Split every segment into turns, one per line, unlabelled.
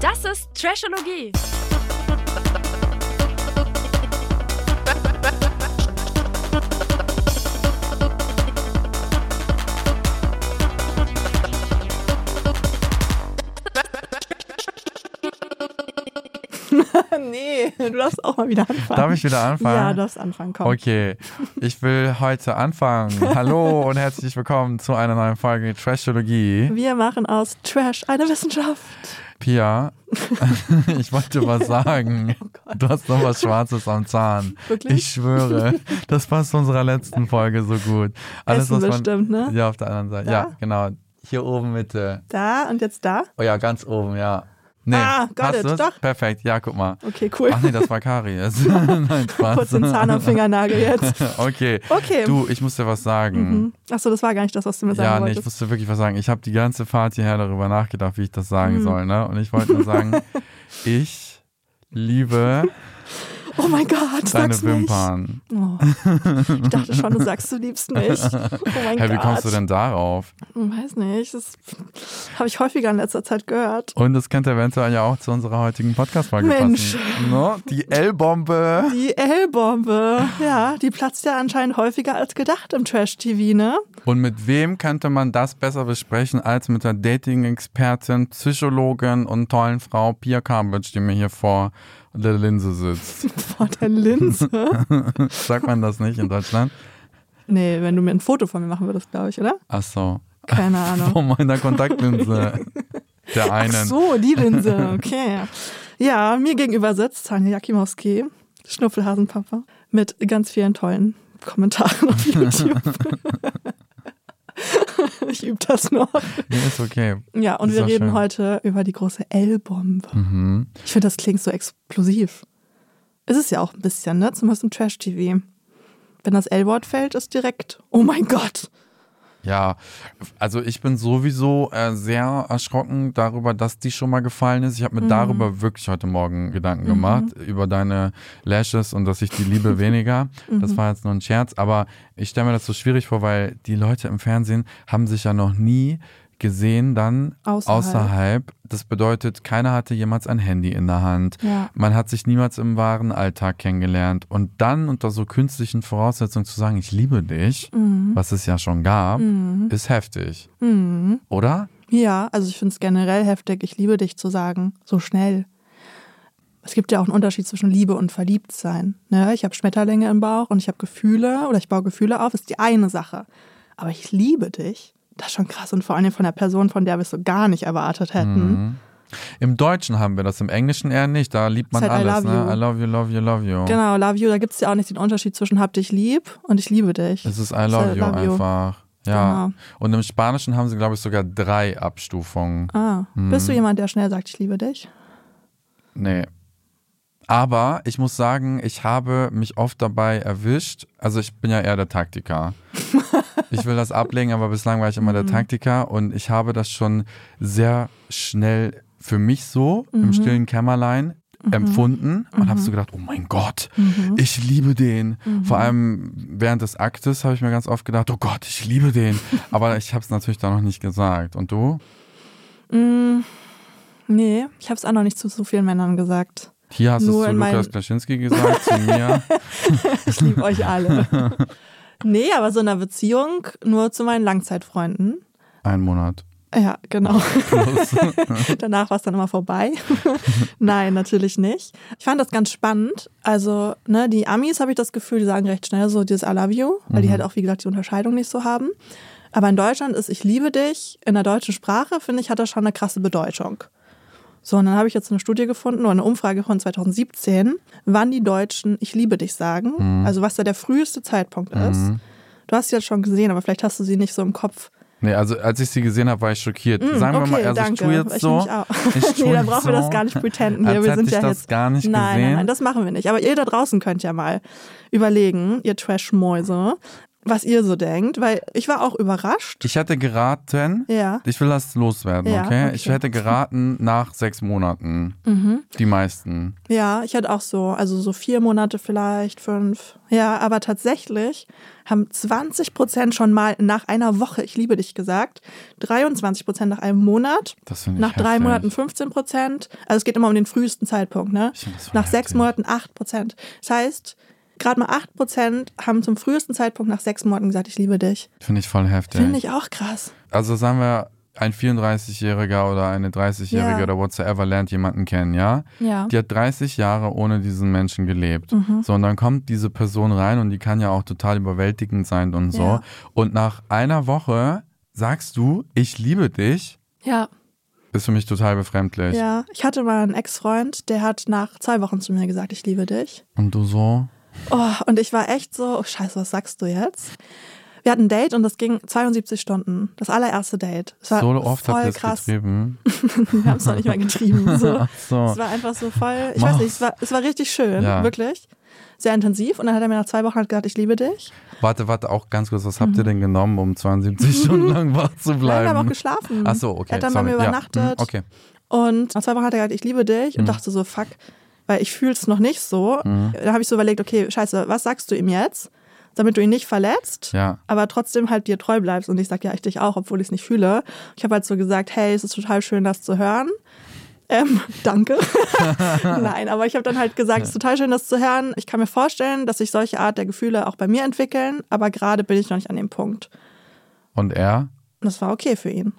Das ist Trashologie.
nee, du darfst auch mal wieder anfangen.
Darf ich wieder anfangen?
Ja, du darfst anfangen, komm.
Okay, ich will heute anfangen. Hallo und herzlich willkommen zu einer neuen Folge Trashologie.
Wir machen aus Trash eine Wissenschaft.
Pia, ich wollte was sagen. du hast noch was Schwarzes am Zahn.
Oh Wirklich?
Ich schwöre, das passt zu unserer letzten Folge so gut.
Essen bestimmt, ne?
Ja, auf der anderen Seite. Ja, genau. Hier oben Mitte.
Da und jetzt da.
Oh ja, ganz oben, ja. Nee,
Ah, got
hast
it,
du's?
doch.
Perfekt, ja, guck mal.
Okay, cool.
Ach nee, das war Karies. Nein, Spaß.
Kurz den Zahn am Fingernagel jetzt.
Okay.
Okay. Mhm.
Du, ich muss dir was sagen.
Achso, das war gar nicht das, was du mir sagen
Ja, nee, ich
wolltest.
musste wirklich was sagen. Ich habe die ganze Fahrt hierher darüber nachgedacht, wie ich das
Mhm.
sagen soll, ne? Und ich wollte nur sagen, ich liebe
oh mein Gott,
deine
sag's
Wimpern.
nicht. Oh. Ich dachte schon, du sagst, du liebst mich. Oh mein
Hä,
Gott.
wie kommst du denn darauf?
Weiß nicht, das habe ich häufiger in letzter Zeit gehört.
Und das könnte eventuell ja auch zu unserer heutigen Podcast-Folge
Mensch.
passen. No? Die L-Bombe.
Die L-Bombe, ja, die platzt ja anscheinend häufiger als gedacht im Trash-TV, ne?
Und mit wem könnte man das besser besprechen als mit der Dating-Expertin, Psychologin und tollen Frau Pia Cambridge, die mir hier vor der Linse sitzt?
Vor der Linse.
Sagt man das nicht in Deutschland?
Nee, wenn du mir ein Foto von mir machen würdest, glaube ich, oder?
Ach so.
Keine Ahnung.
Von meiner Kontaktlinse. Der einen.
Ach so, die Linse, okay. Ja, mir gegenüber sitzt Tanja Jakimowski, Schnuffelhasenpapa, mit ganz vielen tollen Kommentaren auf YouTube. ich übe das noch.
Nee, ist okay.
Ja, und
Ist
wir
doch
reden
schön. Mhm.
heute über die große L-Bombe. Ich finde, das klingt so explosiv. Ist es ja auch ein bisschen, ne? Zumindest im Trash-TV. Wenn das L-Wort fällt, ist direkt, oh mein Gott.
Ja, also ich bin sowieso äh, sehr erschrocken darüber, dass die schon mal gefallen ist. Ich habe mir
Mhm.
darüber wirklich heute Morgen Gedanken gemacht, über deine Lashes und dass ich die liebe weniger.
Mhm.
Das war jetzt nur ein Scherz, aber ich stelle mir das so schwierig vor, weil die Leute im Fernsehen haben sich ja noch nie gesehen dann
Außerhalb.
außerhalb. Das bedeutet, keiner hatte jemals ein Handy in der Hand.
Ja.
Man hat sich niemals im wahren Alltag kennengelernt. Und dann unter so künstlichen Voraussetzungen zu sagen, ich liebe dich,
Mhm.
was es ja schon gab, ist heftig.
Mhm.
Oder?
Ja, also ich finde es generell heftig, ich liebe dich zu sagen, so schnell. Es gibt ja auch einen Unterschied zwischen Liebe und Verliebtsein. Ne? Ich habe Schmetterlinge im Bauch und ich habe Gefühle oder ich baue Gefühle auf, ist die eine Sache. Aber ich liebe dich, das ist schon krass und vor allem von der Person, von der wir es so gar nicht erwartet hätten.
Mhm. Im Deutschen haben wir das, im Englischen eher nicht. Da liebt man
Seit I
alles.
love
ne?
you.
I love you, love you, love you.
Genau, Love You, da gibt es ja auch nicht den Unterschied zwischen hab dich lieb und ich liebe dich.
Es ist I love
I
you
love you.
einfach. Ja.
Genau.
Und im Spanischen haben sie, glaube ich, sogar drei Abstufungen.
Ah,
Mhm.
bist du jemand, der schnell sagt, ich liebe dich?
Nee. Aber ich muss sagen, ich habe mich oft dabei erwischt. Also ich bin ja eher der Taktiker. ich will das ablegen, aber bislang war ich immer
Mhm.
der Taktiker und ich habe das schon sehr schnell für mich so
Mhm.
im stillen Kämmerlein empfunden und habe so gedacht, oh mein Gott,
Mhm.
ich liebe den. Vor allem während des Aktes habe ich mir ganz oft gedacht, oh Gott, ich liebe den. aber ich habe es natürlich da noch nicht gesagt. Und du?
Mm, Nee, ich habe es auch noch nicht zu so vielen Männern gesagt.
Hier hast du
Nur
es zu
in meinen-
Lukas Klaschinski gesagt, zu mir.
Ich liebe euch alle. Nee, aber so in einer Beziehung nur zu meinen Langzeitfreunden.
Ein Monat.
Ja, genau. Danach war es dann immer vorbei. Nein, natürlich nicht. Ich fand das ganz spannend. Also, ne, die Amis habe ich das Gefühl, die sagen recht schnell so dieses I love you, weil die halt auch, wie gesagt, die Unterscheidung nicht so haben. Aber in Deutschland ist ich liebe dich, in der deutschen Sprache, finde ich, hat das schon eine krasse Bedeutung. So, und dann habe ich jetzt eine Studie gefunden oder eine Umfrage von 2017, wann die Deutschen ich liebe dich sagen, also was da der früheste Zeitpunkt ist. Du hast sie ja schon gesehen, aber vielleicht hast du sie nicht so im Kopf.
Nee, also als ich sie gesehen habe, war ich schockiert.
Mm,
Sagen wir
okay,
mal, also
danke.
ich tue jetzt
Ich
so.
mich auch.
Ich tue
nee, dann brauchen wir
so,
das gar nicht pretenden.
Als
Wir, wir
hätte
sind
ich
ja
das
jetzt,
gar nicht
nein,
gesehen.
Nein, nein, das machen wir nicht. Aber ihr da draußen könnt ja mal überlegen, ihr Trash-Mäuse, was ihr so denkt, weil ich war auch überrascht.
ich hätte geraten,
Ja.
ich will das loswerden,
Ja,
okay?
okay. Mhm.
Ich hätte geraten nach sechs Monaten. Die meisten.
Ja, ich hatte auch so, also so vier Monate vielleicht, fünf. Ja, aber tatsächlich haben 20 Prozent schon mal nach einer Woche, ich liebe dich gesagt, 23 Prozent nach einem Monat,
Das finde ich
nach drei
heftig.
Monaten 15 Prozent. Also es geht immer um den frühesten Zeitpunkt, ne?
Ich finde das voll
Nach sechs
heftig.
Monaten 8 Prozent. Das heißt, gerade mal 8 Prozent haben zum frühesten Zeitpunkt nach sechs Monaten gesagt, ich liebe dich.
Finde ich voll heftig.
Finde ich auch krass.
Also sagen wir, ein 34-Jähriger oder eine 30-Jährige
Ja.
oder whatsoever lernt jemanden kennen, ja?
Ja. Mhm.
Die hat 30 Jahre ohne diesen Menschen gelebt. So, und dann kommt diese Person rein und die kann ja auch total überwältigend sein und so.
Ja.
Und nach einer Woche sagst du, ich liebe dich,
Ja.
ist für mich total befremdlich.
Ja. Ich hatte mal einen Ex-Freund, der hat nach zwei Wochen zu mir gesagt, ich liebe dich.
Und du so,
Oh, und ich war echt so, oh Scheiße, was sagst du jetzt? Wir hatten ein Date und das ging 72 Stunden. Das allererste Date. Es war
so oft habt ihr
voll
es
krass.
getrieben.
Wir haben es noch nicht mal getrieben. So.
Ach so.
Es war einfach so voll, ich
Mach's.
weiß nicht, es war, es war richtig schön,
Ja.
wirklich. Sehr intensiv. Und dann hat er mir nach zwei Wochen halt gesagt, ich liebe dich.
Warte, warte, auch ganz kurz, was habt ihr denn genommen, um 72 Stunden lang wach zu
Mhm. Nein,
bleiben?
wir haben auch geschlafen.
Ach so, okay.
Er hat dann
sorry.
bei mir
Ja,
übernachtet.
mhm, Okay.
Und nach zwei Wochen hat er gesagt, ich liebe dich. Und dachte so, fuck, weil ich fühle es noch nicht so. Da habe ich so überlegt, okay, scheiße, was sagst du ihm jetzt? Damit du ihn nicht verletzt,
Ja.
aber trotzdem halt dir treu bleibst. Und ich sag ja, ich dich auch, obwohl ich es nicht fühle. Ich habe halt so gesagt, hey, es ist total schön, das zu hören. Ähm, danke. Nein, aber ich habe dann halt gesagt, es ist total schön, das zu hören. Ich kann mir vorstellen, dass sich solche Art der Gefühle auch bei mir entwickeln, aber gerade bin ich noch nicht an dem Punkt.
Und er?
Und das war okay für ihn.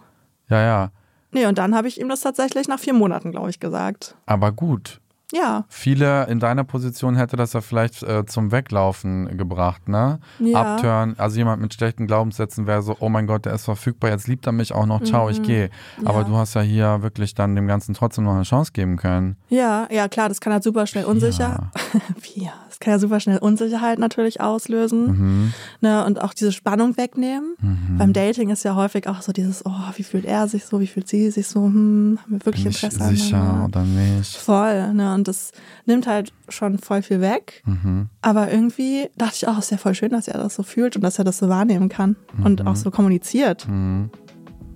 Ja, ja.
Nee, und dann habe ich ihm das tatsächlich nach vier Monaten, glaube ich, gesagt.
Aber gut.
Ja,
Viele in deiner Position hätte das ja vielleicht äh, zum Weglaufen gebracht, ne?
Ja.
Abturn, also jemand mit schlechten Glaubenssätzen wäre so, oh mein Gott, der ist verfügbar, jetzt liebt er mich auch noch, ciao,
Mhm.
ich gehe. Aber du hast ja hier wirklich dann dem Ganzen trotzdem noch eine Chance geben können.
Ja, ja, klar, das kann halt super schnell unsicher. Ja. das kann ja super schnell Unsicherheit natürlich auslösen.
Mhm.
Ne, und auch diese Spannung wegnehmen. Beim Dating ist ja häufig auch so dieses, oh, wie fühlt er sich so, wie fühlt sie sich so, hm, haben wir wirklich
Bin ich
Interesse aneinander?
sicher oder nicht?
Voll, ne? Und das nimmt halt schon voll viel weg.
Mhm.
Aber irgendwie dachte ich auch, ist ja voll schön, dass er das so fühlt und dass er das so wahrnehmen kann und
Mhm.
auch so kommuniziert.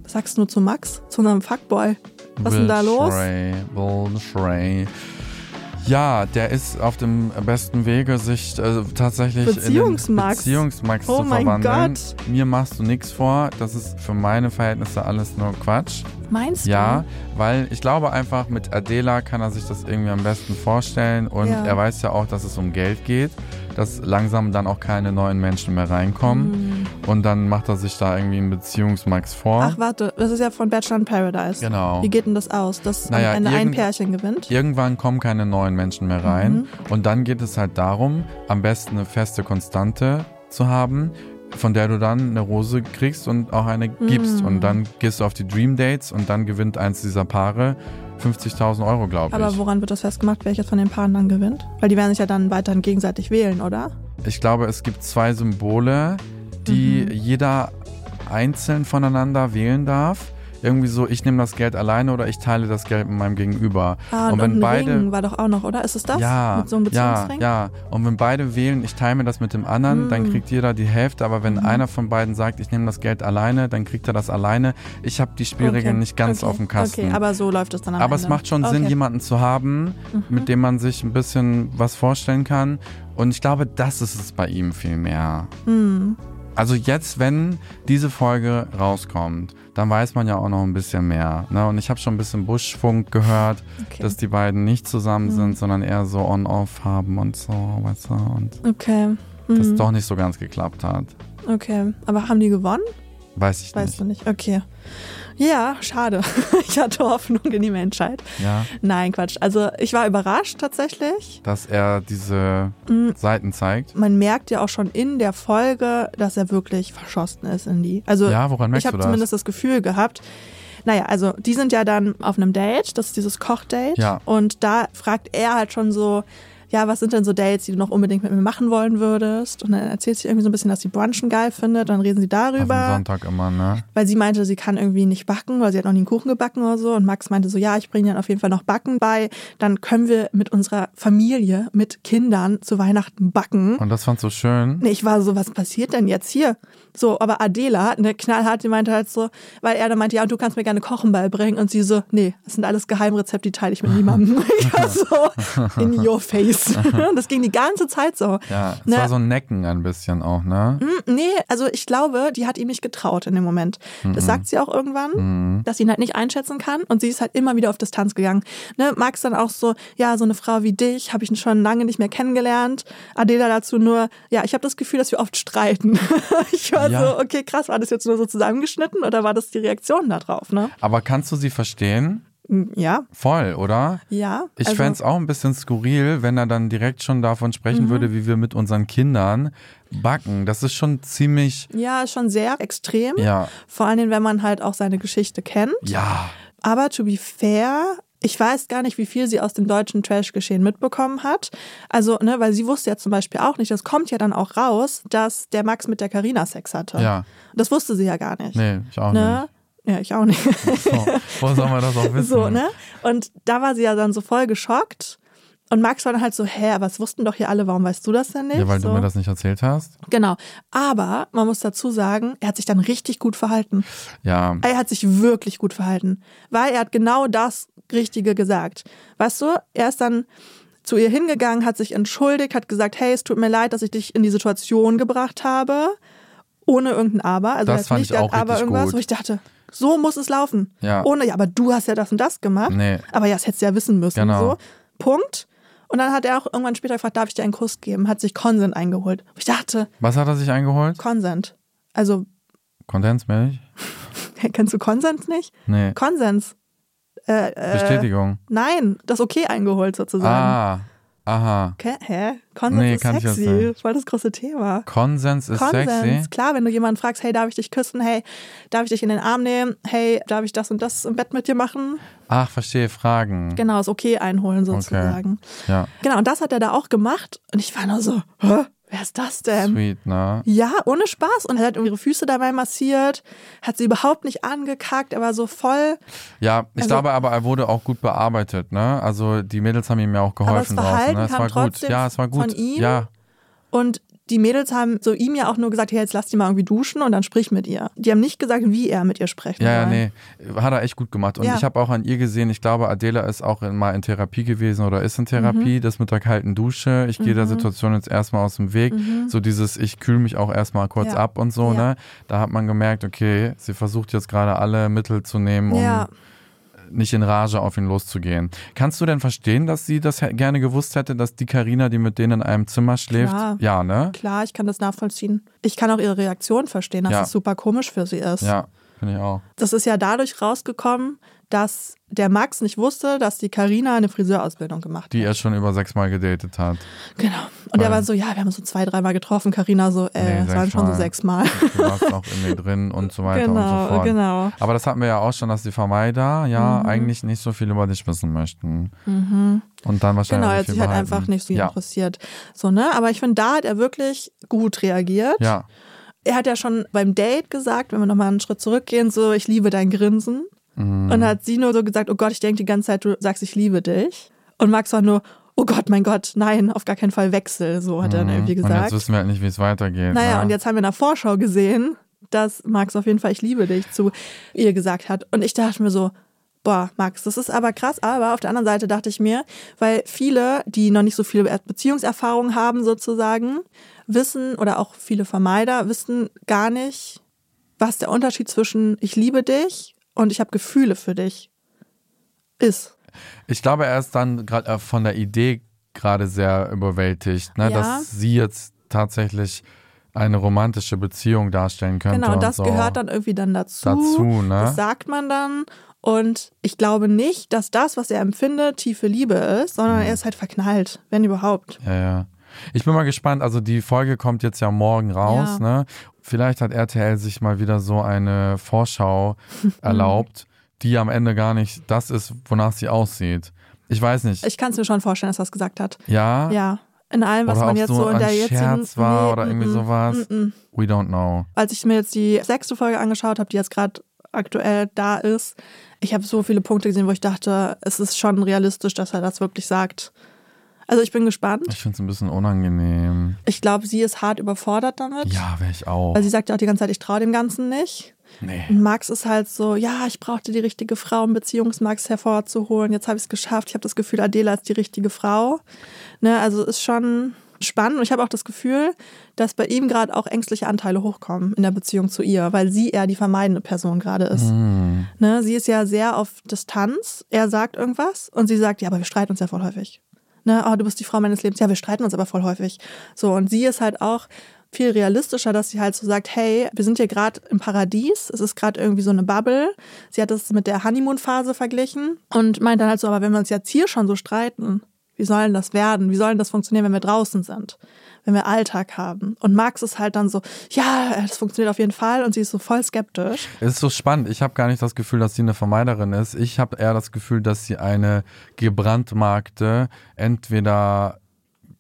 Was sagst du nur zu Max, zu unserem Fuckboy? Was ist denn da
Will
los?
Shrey, Will Shrey. Ja, der ist auf dem besten Wege, sich äh, tatsächlich
Beziehungsmax.
in den Beziehungsmax
Oh
zu
mein
verwandeln.
Gott.
Mir machst du nichts vor. Das ist für meine Verhältnisse alles nur Quatsch.
Meinst du?
Ja, weil ich glaube einfach, mit Adela kann er sich das irgendwie am besten vorstellen und
Ja.
er weiß ja auch, dass es um Geld geht, dass langsam dann auch keine neuen Menschen mehr reinkommen und dann macht er sich da irgendwie einen Beziehungsmax vor.
Mhm. Ach, warte, das ist ja von Bachelor in Paradise.
Genau.
Wie geht denn das aus? Dass
Naja,
am Ende ein
irgend-
Pärchen gewinnt?
Irgendwann kommen keine neuen Menschen mehr rein
Mhm.
und dann geht es halt darum, am besten eine feste Konstante zu haben, von der du dann eine Rose kriegst und auch eine
Mhm.
gibst und dann gehst du auf die Dream Dates und dann gewinnt eins dieser Paare 50.000 Euro, glaube ich.
Aber woran wird das festgemacht, welches von den Paaren dann gewinnt? Weil die werden sich ja dann weiterhin gegenseitig wählen, oder?
Ich glaube, es gibt zwei Symbole, die
Mhm.
jeder einzeln voneinander wählen darf. Irgendwie so, ich nehme das Geld alleine oder ich teile das Geld mit meinem Gegenüber.
Ah, und,
wenn
ein
beide
Ring war doch auch noch, oder? Ist es das?
ja,
Mit so einem
ja,
Beziehungsring? Hm.
ja. Und wenn beide wählen, ich teile mir das mit dem anderen, dann kriegt jeder die Hälfte. Aber
Mhm.
wenn einer von beiden sagt, ich nehme das Geld alleine, dann kriegt er das alleine. Ich habe die Spielregeln
Okay,
nicht ganz
okay,
auf dem Kasten.
Okay, aber so läuft es dann am
Aber
Ende.
es macht schon Sinn,
Okay. Mhm.
jemanden zu haben, mit dem man sich ein bisschen was vorstellen kann. Und ich glaube, das ist es bei ihm viel mehr.
Mhm.
Also jetzt, wenn diese Folge rauskommt, dann weiß man ja auch noch ein bisschen mehr. Ne? Und ich habe schon ein bisschen Buschfunk gehört,
Okay. Mhm.
dass die beiden nicht zusammen sind, sondern eher so on-off haben und so, weißt du, und
Okay,
das doch nicht so ganz geklappt hat.
okay. Aber haben die gewonnen?
Weiß ich
Weißt
nicht.
du nicht. Okay. Ja, schade. ich hatte Hoffnung in die Menschheit.
Ja,
Nein, Quatsch. Also ich war überrascht tatsächlich.
dass er diese
Mhm.
Seiten zeigt.
man merkt ja auch schon in der Folge, dass er wirklich verschossen ist in die. Also
Ja, woran merkst
ich habe
du das?
zumindest das Gefühl gehabt. Naja, also die sind ja dann auf einem Date, das ist dieses Kochdate.
Ja.
Und da fragt er halt schon so, ja, was sind denn so Dates, die du noch unbedingt mit mir machen wollen würdest? Und dann erzählt sie irgendwie so ein bisschen, dass sie Brunchen geil findet. Dann reden sie darüber.
Am Sonntag immer, ne?
Weil sie meinte, sie kann irgendwie nicht backen, weil sie hat noch nie einen Kuchen gebacken oder so. Und Max meinte so, ja, ich bringe dann auf jeden Fall noch Backen bei. Dann können wir mit unserer Familie, mit Kindern zu Weihnachten backen.
Und das fandst du schön?
Nee, ich war so, was passiert denn jetzt hier? So, aber Adela, ne, knallhart, die meinte halt so, weil er dann meinte, ja, und du kannst mir gerne Kochen beibringen. Und sie so, nee, das sind alles Geheimrezepte, die teile ich mit niemandem. ich war so, in your face. das ging die ganze Zeit so.
Ja, es
Ne,
war so ein Necken ein bisschen auch, ne?
mm, Nee, also ich glaube, die hat ihm nicht getraut in dem Moment.
Mhm.
Das sagt sie auch irgendwann, dass sie ihn halt nicht einschätzen kann. Und sie ist halt immer wieder auf Distanz gegangen. Ne, Max dann auch so, ja, so eine Frau wie dich habe ich schon lange nicht mehr kennengelernt. Adela dazu nur, ja, ich habe das Gefühl, dass wir oft streiten. ich war
Ja.
so, okay, krass, war das jetzt nur so zusammengeschnitten oder war das die Reaktion darauf? Ne?
Aber kannst du sie verstehen?
Mm, Ja,
Voll, oder?
ja. also
Ich fänd's auch ein bisschen skurril, wenn er dann direkt schon davon
Mhm.
sprechen würde, wie wir mit unseren Kindern backen. Das ist schon ziemlich,
also, Ja, schon sehr extrem.
ja,
Vor allen Dingen, wenn man halt auch seine Geschichte kennt.
ja.
Aber to be fair, ich weiß gar nicht, wie viel sie aus dem deutschen Trash-Geschehen mitbekommen hat. Also, ne, weil sie wusste ja zum Beispiel auch nicht, das kommt ja dann auch raus, dass der Max mit der Karina Sex hatte.
Ja.
Das wusste sie ja gar nicht.
Nee, ich auch
ne? Ja, ich auch nicht.
nicht. So, wo soll man das auch wissen?
So, ne? Und da war sie ja dann so voll geschockt. Und Max war dann halt so, hä, aber es wussten doch hier alle, warum weißt du das denn nicht?
Ja, weil
so.
du mir das nicht erzählt hast.
Genau. Aber man muss dazu sagen, er hat sich dann richtig gut verhalten.
Ja,
Er hat sich wirklich gut verhalten, weil er hat genau das Richtige gesagt. Weißt du, er ist dann zu ihr hingegangen, hat sich entschuldigt, hat gesagt, hey, es tut mir leid, dass ich dich in die Situation gebracht habe, ohne irgendein Aber. Also
Das
er hat
fand
nicht
ich auch
gesagt, aber
richtig
irgendwas,
gut.
wo ich dachte, so muss es laufen.
Ja.
Ohne, ja, aber du hast ja das und das gemacht.
Nee.
Aber ja, das hättest du ja wissen müssen.
Genau.
So. Punkt. Und dann hat er auch irgendwann später gefragt, darf ich dir einen Kuss geben? Hat sich Consent eingeholt. Ich dachte,
was hat er sich eingeholt?
Consent. Also,
Kondensmilch?
kennst du Consent nicht?
Nee,
Konsens. Äh, äh,
Bestätigung.
Nein, das Okay eingeholt sozusagen.
Ah, aha.
Okay, hä? Konsens
Nee,
ist
kann ich das
sexy.
nicht.
Voll das große Thema.
Konsens ist
Konsens,
sexy.
klar, wenn du jemanden fragst, hey, darf ich dich küssen? Hey, darf ich dich in den Arm nehmen? Hey, darf ich das und das im Bett mit dir machen?
Ach, verstehe, Fragen.
Genau, das Okay einholen sozusagen.
Ja,
Genau, und das hat er da auch gemacht. Und ich war nur so, hä? Wer ist das denn?
sweet, ne?
Ja, ohne Spaß. Und er hat ihre Füße dabei massiert, hat sie überhaupt nicht angekackt, er war so voll.
Ja, ich
Also-
glaube aber, er wurde auch gut bearbeitet, ne? Also die Mädels haben ihm ja auch
Aber das
geholfen draußen.
Verhalten
Ne? Es
kam
war gut.
trotzdem
Ja, es war gut.
von ihm.
Ja,
Und die Mädels haben so ihm ja auch nur gesagt, hey, jetzt lass die mal irgendwie duschen und dann sprich mit ihr. Die haben nicht gesagt, wie er mit ihr sprechen
ja, ja,
soll.
nee. Hat er echt gut gemacht. Und
Ja.
ich habe auch an ihr gesehen, ich glaube, Adela ist auch in, mal in Therapie gewesen oder
Mhm.
ist in Therapie. Das mit der kalten Dusche. Ich gehe der Situation jetzt erstmal aus dem Weg. So dieses, ich kühle mich auch erstmal kurz
Mhm. Ja.
ab und so,
Ja.
ne? Da hat man gemerkt, okay, sie versucht jetzt gerade alle Mittel zu nehmen, um
Ja.
nicht in Rage auf ihn loszugehen. Kannst du denn verstehen, dass sie das he- gerne gewusst hätte, dass die Karina, die mit denen in einem Zimmer schläft,
Klar.
ja, ne?
Klar, ich kann das nachvollziehen. Ich kann auch ihre Reaktion verstehen, dass
Ja.
es super komisch für sie ist.
Ja, finde ich auch.
Das ist ja dadurch rausgekommen, dass der Max nicht wusste, dass die Karina eine Friseurausbildung gemacht
Die
hat.
er schon über sechsmal gedatet hat.
Genau. Und er
Weil-
war so, ja, wir haben uns so zwei, dreimal getroffen. Karina so,
Nee,
äh, es waren schon so sechsmal.
Du warst auch in mir drin und so weiter und
Genau,
so fort.
genau. Mhm.
Aber das hatten wir ja auch schon, dass die Vermeider ja eigentlich nicht so viel über dich wissen möchten. Und dann wahrscheinlich
Genau, er
auch
hat
viel
sich halt
behalten.
einfach nicht so
ja.
interessiert. So, ne? Aber ich finde, da hat er wirklich gut reagiert.
Ja,
Er hat ja schon beim Date gesagt, wenn wir nochmal einen Schritt zurückgehen, so, ich liebe dein Grinsen.
Mhm.
Und hat sie nur so gesagt, oh Gott, ich denke die ganze Zeit, du sagst, ich liebe dich. Und Max war nur, oh Gott, mein Gott, nein, auf gar keinen Fall Wechsel, so hat er dann irgendwie
und jetzt
gesagt.
wissen wir halt nicht, wie es weitergeht.
Naja,
ne?
und jetzt haben wir in der Vorschau gesehen, dass Max auf jeden Fall, ich liebe dich, zu ihr gesagt hat. Und ich dachte mir so, boah, Max, das ist aber krass. Aber auf der anderen Seite dachte ich mir, weil viele, die noch nicht so viel Beziehungserfahrung haben sozusagen, wissen oder auch viele Vermeider wissen gar nicht, was der Unterschied zwischen ich liebe dich und ich habe Gefühle für dich ist.
Ich glaube, er ist dann gerade von der Idee gerade sehr überwältigt, ne?
Ja.
dass sie jetzt tatsächlich eine romantische Beziehung darstellen könnte.
Genau,
und
das
so.
gehört dann irgendwie dann dazu.
Dazu, ne?
Das sagt man dann. Und ich glaube nicht, dass das, was er empfindet, tiefe Liebe ist, sondern
Mhm.
er ist halt verknallt, wenn überhaupt.
Ja, ja. Ich bin mal gespannt. Also die Folge kommt jetzt ja morgen raus.
Ja.
Ne? Vielleicht hat RTL sich mal wieder so eine Vorschau erlaubt, die am Ende gar nicht das ist, wonach sie aussieht. Ich weiß nicht.
Ich kann es mir schon vorstellen, dass er das gesagt hat.
Ja.
Ja. In allem, was
oder
man
ob
jetzt
so
so in
ein
der jetzigen.
Scherz war
Nee,
oder irgendwie
mm,
sowas.
mm, mm.
We don't know.
Als ich mir jetzt die sechste Folge angeschaut habe, die jetzt gerade aktuell da ist, ich habe so viele Punkte gesehen, wo ich dachte, es ist schon realistisch, dass er das wirklich sagt. Also ich bin gespannt.
Ich finde es ein bisschen unangenehm.
Ich glaube, sie ist hart überfordert damit.
Ja, wäre ich auch.
Weil Also sie sagt ja auch die ganze Zeit, ich traue dem Ganzen nicht.
nee.
Und Max ist halt so, ja, ich brauchte die richtige Frau, um Beziehungsmax hervorzuholen. Jetzt habe ich es geschafft. Ich habe das Gefühl, Adela ist die richtige Frau. Ne, also ist schon spannend. Und ich habe auch das Gefühl, dass bei ihm gerade auch ängstliche Anteile hochkommen in der Beziehung zu ihr, weil sie eher die vermeidende Person gerade ist.
Hm.
Ne, sie ist ja sehr auf Distanz. Er sagt irgendwas und sie sagt, ja, aber wir streiten uns ja voll häufig. Ne, oh, du bist die Frau meines Lebens. Ja, wir streiten uns aber voll häufig. So, und sie ist halt auch viel realistischer, dass sie halt so sagt, hey, wir sind hier gerade im Paradies, es ist gerade irgendwie so eine Bubble. Sie hat das mit der Honeymoon-Phase verglichen und meint dann halt so, aber wenn wir uns jetzt hier schon so streiten, wie soll denn das werden? Wie soll denn das funktionieren, wenn wir draußen sind? Wenn wir Alltag haben? Und Max ist halt dann so, ja, das funktioniert auf jeden Fall und sie ist so voll skeptisch.
Es ist so spannend. Ich habe gar nicht das Gefühl, dass sie eine Vermeiderin ist. Ich habe eher das Gefühl, dass sie eine gebrandmarkte, entweder,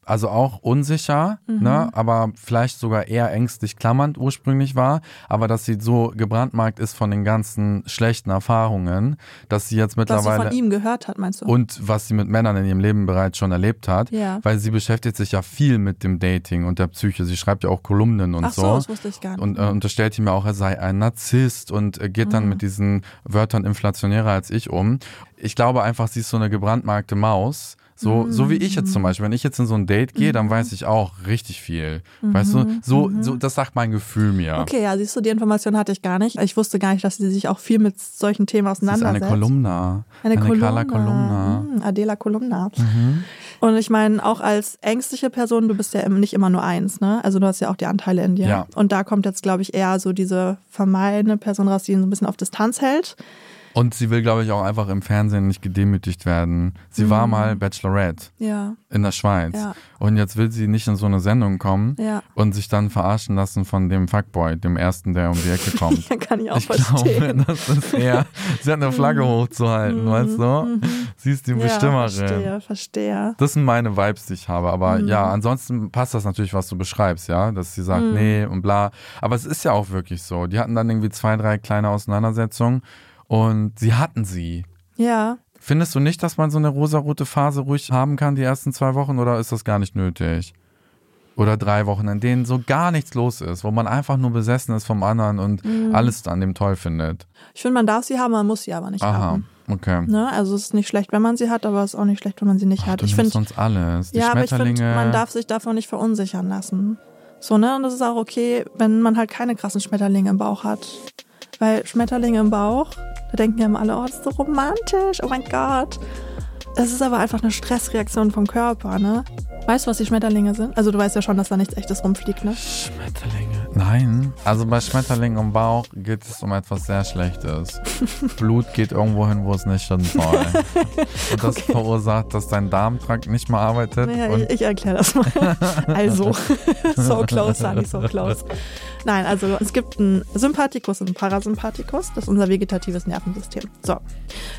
also auch unsicher, ne, aber vielleicht sogar eher ängstlich klammernd ursprünglich war, aber dass sie so gebrandmarkt ist von den ganzen schlechten Erfahrungen, dass sie jetzt
Was sie
mittlerweile.
von ihm gehört hat, meinst du?
und was sie mit Männern in ihrem Leben bereits schon erlebt hat,
Ja.
weil sie beschäftigt sich ja viel mit dem Dating und der Psyche. Sie schreibt ja auch Kolumnen und
Ach so, das wusste ich gar nicht. Mhm.
Und äh, unterstellt ihm ja auch, er sei ein Narzisst und äh, geht dann mit diesen Wörtern inflationärer als ich um. Ich glaube einfach, sie ist so eine gebrandmarkte Maus. So, so wie ich
Mhm.
jetzt zum Beispiel. Wenn ich jetzt in so ein Date gehe, dann weiß ich auch richtig viel. Weißt du, so, so, das sagt mein Gefühl mir.
Mhm. Okay, ja, siehst du, die Information hatte ich gar nicht. Ich wusste gar nicht, dass sie sich auch viel mit solchen Themen
Sie ist
auseinandersetzt.
eine Kolumna.
Eine, Kolumna.
Carla Kolumna. Mhm.
Hm, Adela Kolumna. Und ich meine, auch als ängstliche Person, du bist ja im- nicht immer nur eins, ne? Also du hast ja auch die Anteile in dir.
Ja.
Und da kommt jetzt, glaube ich, eher so diese vermeidende Person raus, die ihn so ein bisschen auf Distanz hält.
Und sie will, glaube ich, auch einfach im Fernsehen nicht gedemütigt werden. Sie war mal Bachelorette
Ja.
in der Schweiz.
Mhm. Ja.
Und jetzt will sie nicht in so eine Sendung kommen
Ja.
und sich dann verarschen lassen von dem Fuckboy, dem ersten, der um die Ecke kommt.
Kann ich auch
Ich
verstehen. Mhm.
glaube, das ist eher, sie hat eine Flagge hochzuhalten, weißt du? Sie ist die
ja,
Bestimmerin.
verstehe, Mhm. verstehe.
Das sind meine Vibes, die ich habe. Aber ja, ansonsten passt das natürlich, was du beschreibst, ja? Dass sie
Mhm.
sagt, nee und bla. Aber es ist ja auch wirklich so. Die hatten dann irgendwie zwei, drei kleine Auseinandersetzungen und sie hatten sie.
Ja.
Findest du nicht, dass man so eine rosarote Phase ruhig haben kann, die ersten zwei Wochen, oder ist das gar nicht nötig? Oder drei Wochen, in denen so gar nichts los ist, wo man einfach nur besessen ist vom anderen und
Mhm.
alles an dem toll findet.
Ich finde, man darf sie haben, man muss sie aber nicht
Aha,
haben.
okay.
Ne? Also es ist nicht schlecht, wenn man sie hat, aber es ist auch nicht schlecht, wenn man sie nicht
Ach,
hat.
du
Ich
nimmst
finde,
sonst alles. Die
ja, aber ich
Schmetterlinge.
finde, man darf sich davon nicht verunsichern lassen. So, ne? Und das ist auch okay, wenn man halt keine krassen Schmetterlinge im Bauch hat. Weil Schmetterlinge im Bauch, da denken ja immer alle, oh, das ist so romantisch, oh mein Gott. Das ist aber einfach eine Stressreaktion vom Körper, ne? Weißt du, was die Schmetterlinge sind? Also du weißt ja schon, dass da nichts echtes rumfliegt, ne?
Schmetterlinge. Nein. Also bei Schmetterlingen im Bauch geht es um etwas sehr Schlechtes. Blut geht irgendwo hin, wo es nicht hin soll. Und das verursacht, dass dein Darmtrakt nicht mehr arbeitet.
Naja,
und
ich, ich erkläre das mal. Also, so close, Sunny, so close. Nein, also es gibt einen Sympathikus und einen Parasympathikus. Das ist unser vegetatives Nervensystem. So,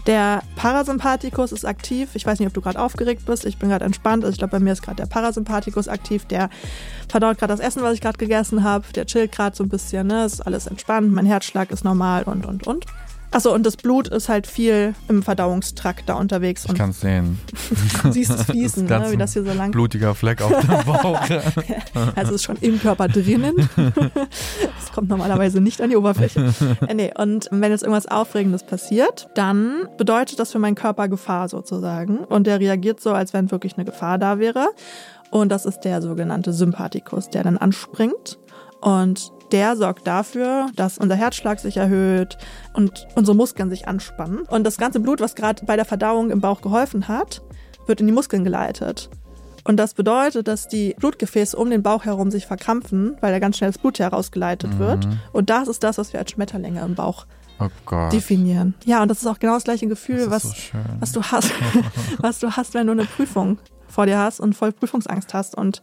der Parasympathikus ist aktiv. Ich weiß nicht, ob du gerade aufgeregt bist. Ich bin gerade entspannt. Also ich glaube, bei mir ist gerade der Parasympathikus aktiv. Der verdaut gerade das Essen, was ich gerade gegessen habe. Der chillt gerade so ein bisschen. Ne? Ist alles entspannt. Mein Herzschlag ist normal und, und, und. Achso, und das Blut ist halt viel im Verdauungstrakt da unterwegs.
ich
Und
kann es sehen.
du siehst es fließen,
ganz
ne? wie das hier so lang
blutiger Fleck auf dem Bauch.
Also es ist schon im Körper drinnen. Das kommt normalerweise nicht an die Oberfläche. Äh, nee, und wenn jetzt irgendwas Aufregendes passiert, dann bedeutet das für meinen Körper Gefahr sozusagen. Und der reagiert so, als wenn wirklich eine Gefahr da wäre. Und das ist der sogenannte Sympathikus, der dann anspringt. Und der sorgt dafür, dass unser Herzschlag sich erhöht und unsere Muskeln sich anspannen. Und das ganze Blut, was gerade bei der Verdauung im Bauch geholfen hat, wird in die Muskeln geleitet. Und das bedeutet, dass die Blutgefäße um den Bauch herum sich verkrampfen, weil da ganz schnell das Blut
Mhm.
herausgeleitet wird. Und das ist das, was wir als Schmetterlinge im Bauch
Oh Gott.
definieren. Ja, und das ist auch genau das gleiche Gefühl,
Das
was,
ist so schön.
was du hast, was du hast, wenn du eine Prüfung vor dir hast und voll Prüfungsangst hast und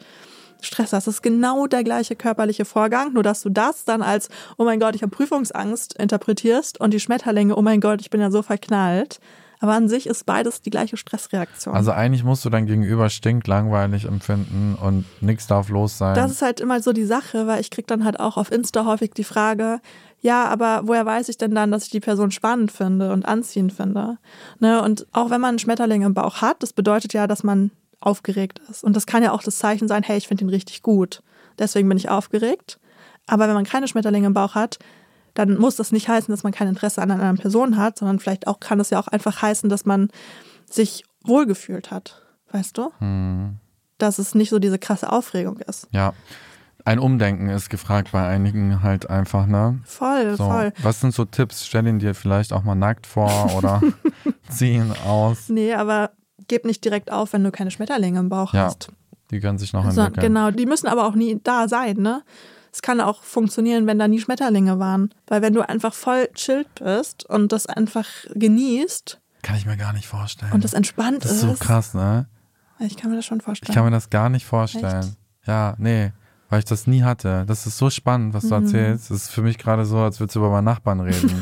Stress hast. Das ist genau der gleiche körperliche Vorgang, nur dass du das dann als, oh mein Gott, ich habe Prüfungsangst interpretierst und die Schmetterlinge, oh mein Gott, ich bin ja so verknallt. Aber an sich ist beides die gleiche Stressreaktion.
Also eigentlich musst du dein Gegenüber stinklangweilig empfinden und nichts darf los sein.
Das ist halt immer so die Sache, weil ich krieg dann halt auch auf Insta häufig die Frage, ja, aber woher weiß ich denn dann, dass ich die Person spannend finde und anziehend finde? Ne? Und auch wenn man einen Schmetterling im Bauch hat, das bedeutet ja, dass man aufgeregt ist. Und das kann ja auch das Zeichen sein, hey, ich finde ihn richtig gut. Deswegen bin ich aufgeregt. Aber wenn man keine Schmetterlinge im Bauch hat, dann muss das nicht heißen, dass man kein Interesse an einer anderen Person hat, sondern vielleicht auch kann es ja auch einfach heißen, dass man sich wohlgefühlt hat. Weißt du?
Hm.
Dass es nicht so diese krasse Aufregung ist.
Ja. Ein Umdenken ist gefragt bei einigen halt einfach, ne?
Voll,
So.
voll.
Was sind so Tipps? Stell ihn dir vielleicht auch mal nackt vor oder zieh ihn aus.
Nee, aber gib nicht direkt auf, wenn du keine Schmetterlinge im Bauch
Ja,
hast.
Die können sich noch
So,
entwickeln.
genau, die müssen aber auch nie da sein, ne? Es kann auch funktionieren, wenn da nie Schmetterlinge waren. Weil wenn du einfach voll chillt bist und das einfach genießt
Kann ich mir gar nicht vorstellen.
und das entspannt
Das ist so krass, ne?
ich kann mir das schon
Ich
vorstellen.
kann mir das gar nicht vorstellen. Ja, nee, weil ich das nie hatte. Das ist so spannend, was du
Mhm.
erzählst. Das ist für mich gerade so, als würdest du über meinen Nachbarn reden.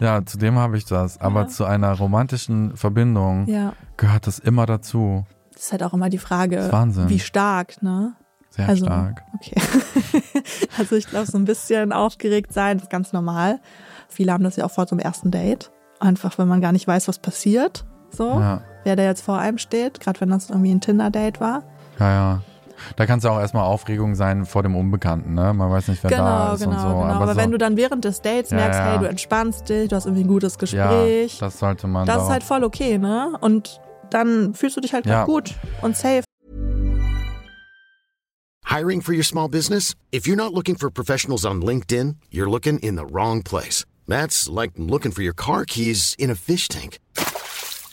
ja, zu dem habe ich das. Aber zu einer romantischen Verbindung
ja,
gehört das immer dazu.
das ist halt auch immer die Frage,
ist Wahnsinn.
wie stark, ne?
Sehr
also,
stark.
Okay. also ich glaube, so ein bisschen aufgeregt sein ist ganz normal. Viele haben das ja auch vor zum ersten Date. Einfach, wenn man gar nicht weiß, was passiert. So,
Ja.
wer da jetzt vor einem steht, gerade wenn das irgendwie ein Tinder-Date war.
Ja, ja. Da kann es ja auch erstmal Aufregung sein vor dem Unbekannten, ne? Man weiß nicht, wer da ist und so.
genau. Aber,
so,
wenn du dann während des Dates
Ja,
merkst,
ja.
hey, du entspannst dich, du hast irgendwie ein gutes
ja,
Gespräch, das,
das sollte man
ist
doch.
halt voll okay, ne? Und dann fühlst du dich halt
Ja.
grad gut und safe.
Hiring for your small business? If you're not looking for professionals on LinkedIn, you're looking in the wrong place. That's like looking for your car keys in a fish tank.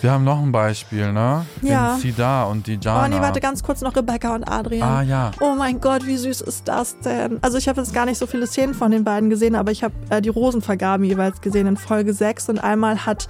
Wir haben noch ein Beispiel, ne?
Ja.
Den Sida und die Jana.
Oh nee, warte ganz kurz noch Rebecca und Adrian.
Ah, ja.
Oh mein Gott, wie süß ist das denn? Also ich habe jetzt gar nicht so viele Szenen von den beiden gesehen, aber ich habe äh, die Rosenvergaben jeweils gesehen in Folge 6 und einmal hat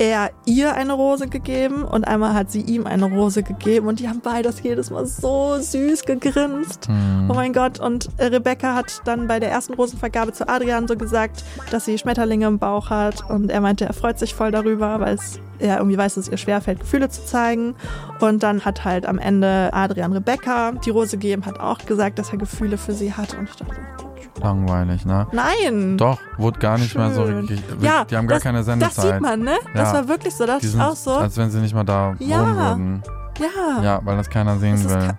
er ihr eine Rose gegeben und einmal hat sie ihm eine Rose gegeben und die haben beides jedes Mal so süß gegrinst. Oh mein Gott, und äh, Rebecca hat dann bei der ersten Rosenvergabe zu Adrian so gesagt, dass sie Schmetterlinge im Bauch hat und er meinte, er freut sich voll darüber, weil es er irgendwie weiß, dass es ihr schwerfällt, Gefühle zu zeigen. Und dann hat halt am Ende Adrian Rebecca die Rose gegeben, hat auch gesagt, dass er Gefühle für sie hat. Und ich dachte,
Langweilig, ne?
nein!
Doch, wurde gar nicht mehr so
Hm. Schön.
richtig.
Ja,
die haben gar
das-
keine Sendezeit.
Das sieht man, ne? Das
Ja.
war wirklich so. Das
Die
ist
sind,
auch so.
Als wenn sie nicht mal da
Ja.
wohnen würden.
ja.
Ja, weil das keiner sehen
Das ist
will.
ka-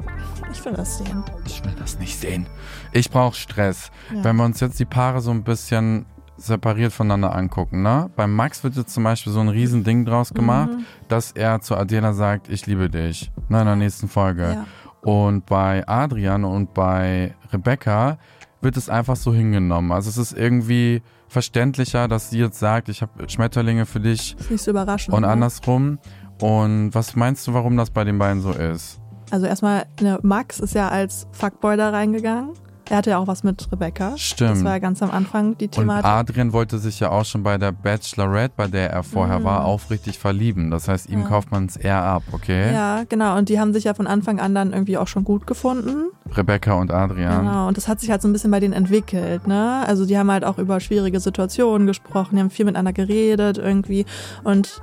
ich will das sehen.
Ich will das nicht sehen. Ich brauche Stress.
Ja.
Wenn wir uns jetzt die Paare so ein bisschen separiert voneinander angucken, ne? Bei Max wird jetzt zum Beispiel so ein Riesending draus gemacht,
Mhm.
dass er zu Adela sagt, ich liebe dich. Na, in der nächsten Folge.
Ja.
Und bei Adrian und bei Rebecca wird es einfach so hingenommen. Also es ist irgendwie verständlicher, dass sie jetzt sagt, ich habe Schmetterlinge für dich
Ist nicht so überraschend.
und
ne?
andersrum. Und was meinst du, warum das bei den beiden so ist?
Also erstmal, ne, Max ist ja als Fuckboy da reingegangen. Er hatte ja auch was mit Rebecca.
Stimmt.
Das war ja ganz am Anfang die
Und
Thematik.
Adrian wollte sich ja auch schon bei der Bachelorette, bei der er vorher
Mhm.
war, aufrichtig verlieben. Das heißt, ihm kauft man es eher ab, okay?
ja, genau. Und die haben sich ja von Anfang an dann irgendwie auch schon gut gefunden.
Rebecca und Adrian.
Genau, und das hat sich halt so ein bisschen bei denen entwickelt, ne? Also die haben halt auch über schwierige Situationen gesprochen, die haben viel miteinander geredet irgendwie und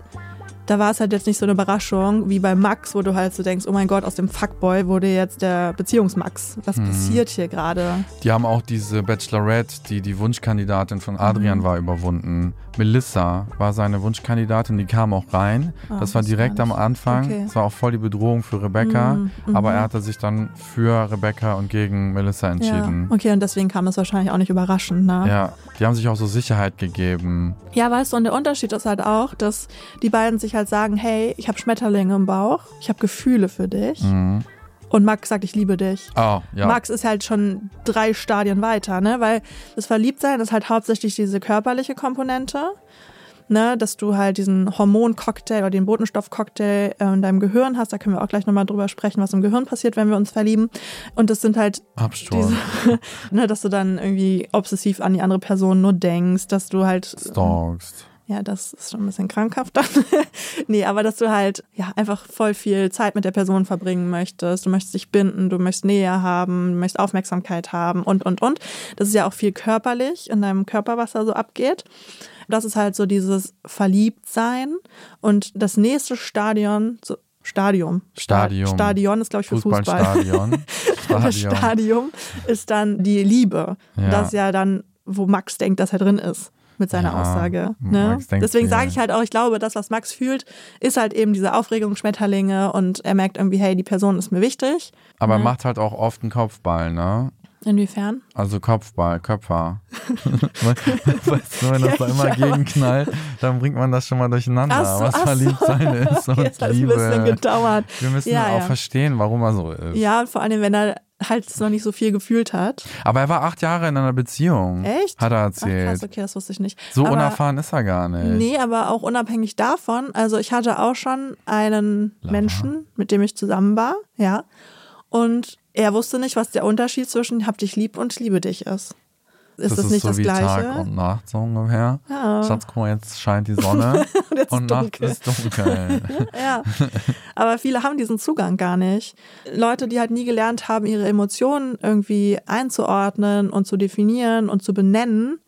da war es halt jetzt nicht so eine Überraschung wie bei Max, wo du halt so denkst, oh mein Gott, aus dem Fuckboy wurde jetzt der Beziehungsmax. Was
Hm.
passiert hier gerade?
Die haben auch diese Bachelorette, die die Wunschkandidatin von
Mhm.
Adrian war, überwunden. Melissa war seine Wunschkandidatin, die kam auch rein. das war
Ah, wusste ich
direkt
gar
am
nicht.
Anfang.
Okay. Mhm,
Das war auch voll die Bedrohung für Rebecca. Aber er hatte sich dann für Rebecca und gegen Melissa
Ja.
entschieden.
Okay, und deswegen kam das wahrscheinlich auch nicht überraschend, ne?
Ja, die haben sich auch so Sicherheit gegeben.
Ja, weißt du, und der Unterschied ist halt auch, dass die beiden sich halt sagen, hey, ich habe Schmetterlinge im Bauch, ich habe Gefühle für dich. Und Max sagt, ich liebe dich.
Oh, ja.
Max ist halt schon drei Stadien weiter, ne? Weil das Verliebtsein ist halt hauptsächlich diese körperliche Komponente. ne, dass du halt diesen Hormoncocktail oder den Botenstoffcocktail äh, in deinem Gehirn hast. Da können wir auch gleich nochmal drüber sprechen, was im Gehirn passiert, wenn wir uns verlieben. Und das sind halt
Absturz.
diese, ne, dass du dann irgendwie obsessiv an die andere Person nur denkst, dass du halt
Stalkst.
ja, das ist schon ein bisschen krankhaft dann. nee, aber dass du halt ja einfach voll viel Zeit mit der Person verbringen möchtest. Du möchtest dich binden, du möchtest Nähe haben, du möchtest Aufmerksamkeit haben und, und, und. Das ist ja auch viel körperlich in deinem Körper, was da so abgeht. Das ist halt so dieses Verliebtsein. Und das nächste Stadion, so Stadium.
Stadium.
Stadion ist, glaube ich, für Fußball.
Fußballstadion.
Das Stadium ist dann die Liebe.
Ja.
Das ist ja dann, wo Max denkt, dass er drin ist mit seiner
Ja,
Aussage. Ne?
Max denkt
Deswegen
viel.
sage ich halt auch, ich glaube, das, was Max fühlt, ist halt eben diese Aufregung Schmetterlinge und er merkt irgendwie, hey, die Person ist mir wichtig.
Aber er macht halt auch oft einen Kopfball, ne?
Inwiefern?
Also Kopfball, Köpfer. weißt du, wenn das da
Ja,
immer
ja.
gegenknallt, dann bringt man das schon mal durcheinander,
Ach so,
was
ach so.
verliebt sein ist und
Okay, das hat ein bisschen
Liebe.
gedauert.
Wir müssen
Ja,
auch
ja.
verstehen, warum er so ist.
Ja, und vor allem, wenn er halt noch nicht so viel gefühlt hat.
Aber er war acht Jahre in einer Beziehung.
Echt?
Hat er
Ach,
erzählt.
krass, okay, das wusste ich nicht.
so
Aber-
unerfahren ist er gar nicht.
Nee, aber auch unabhängig davon. Also ich hatte auch schon einen Menschen, mit dem ich zusammen war, ja. Und er wusste nicht, was der Unterschied zwischen hab dich lieb und liebe dich ist. Ist das,
ist
nicht
so
das
wie
Gleiche?
Tag und Nacht so ungefähr.
Ja.
Schatz, guck mal, jetzt scheint die Sonne
Und jetzt ist
und Nacht
dunkel.
ist dunkel.
ja. Aber viele haben diesen Zugang gar nicht. Leute, die halt nie gelernt haben, ihre Emotionen irgendwie einzuordnen und zu definieren und zu benennen,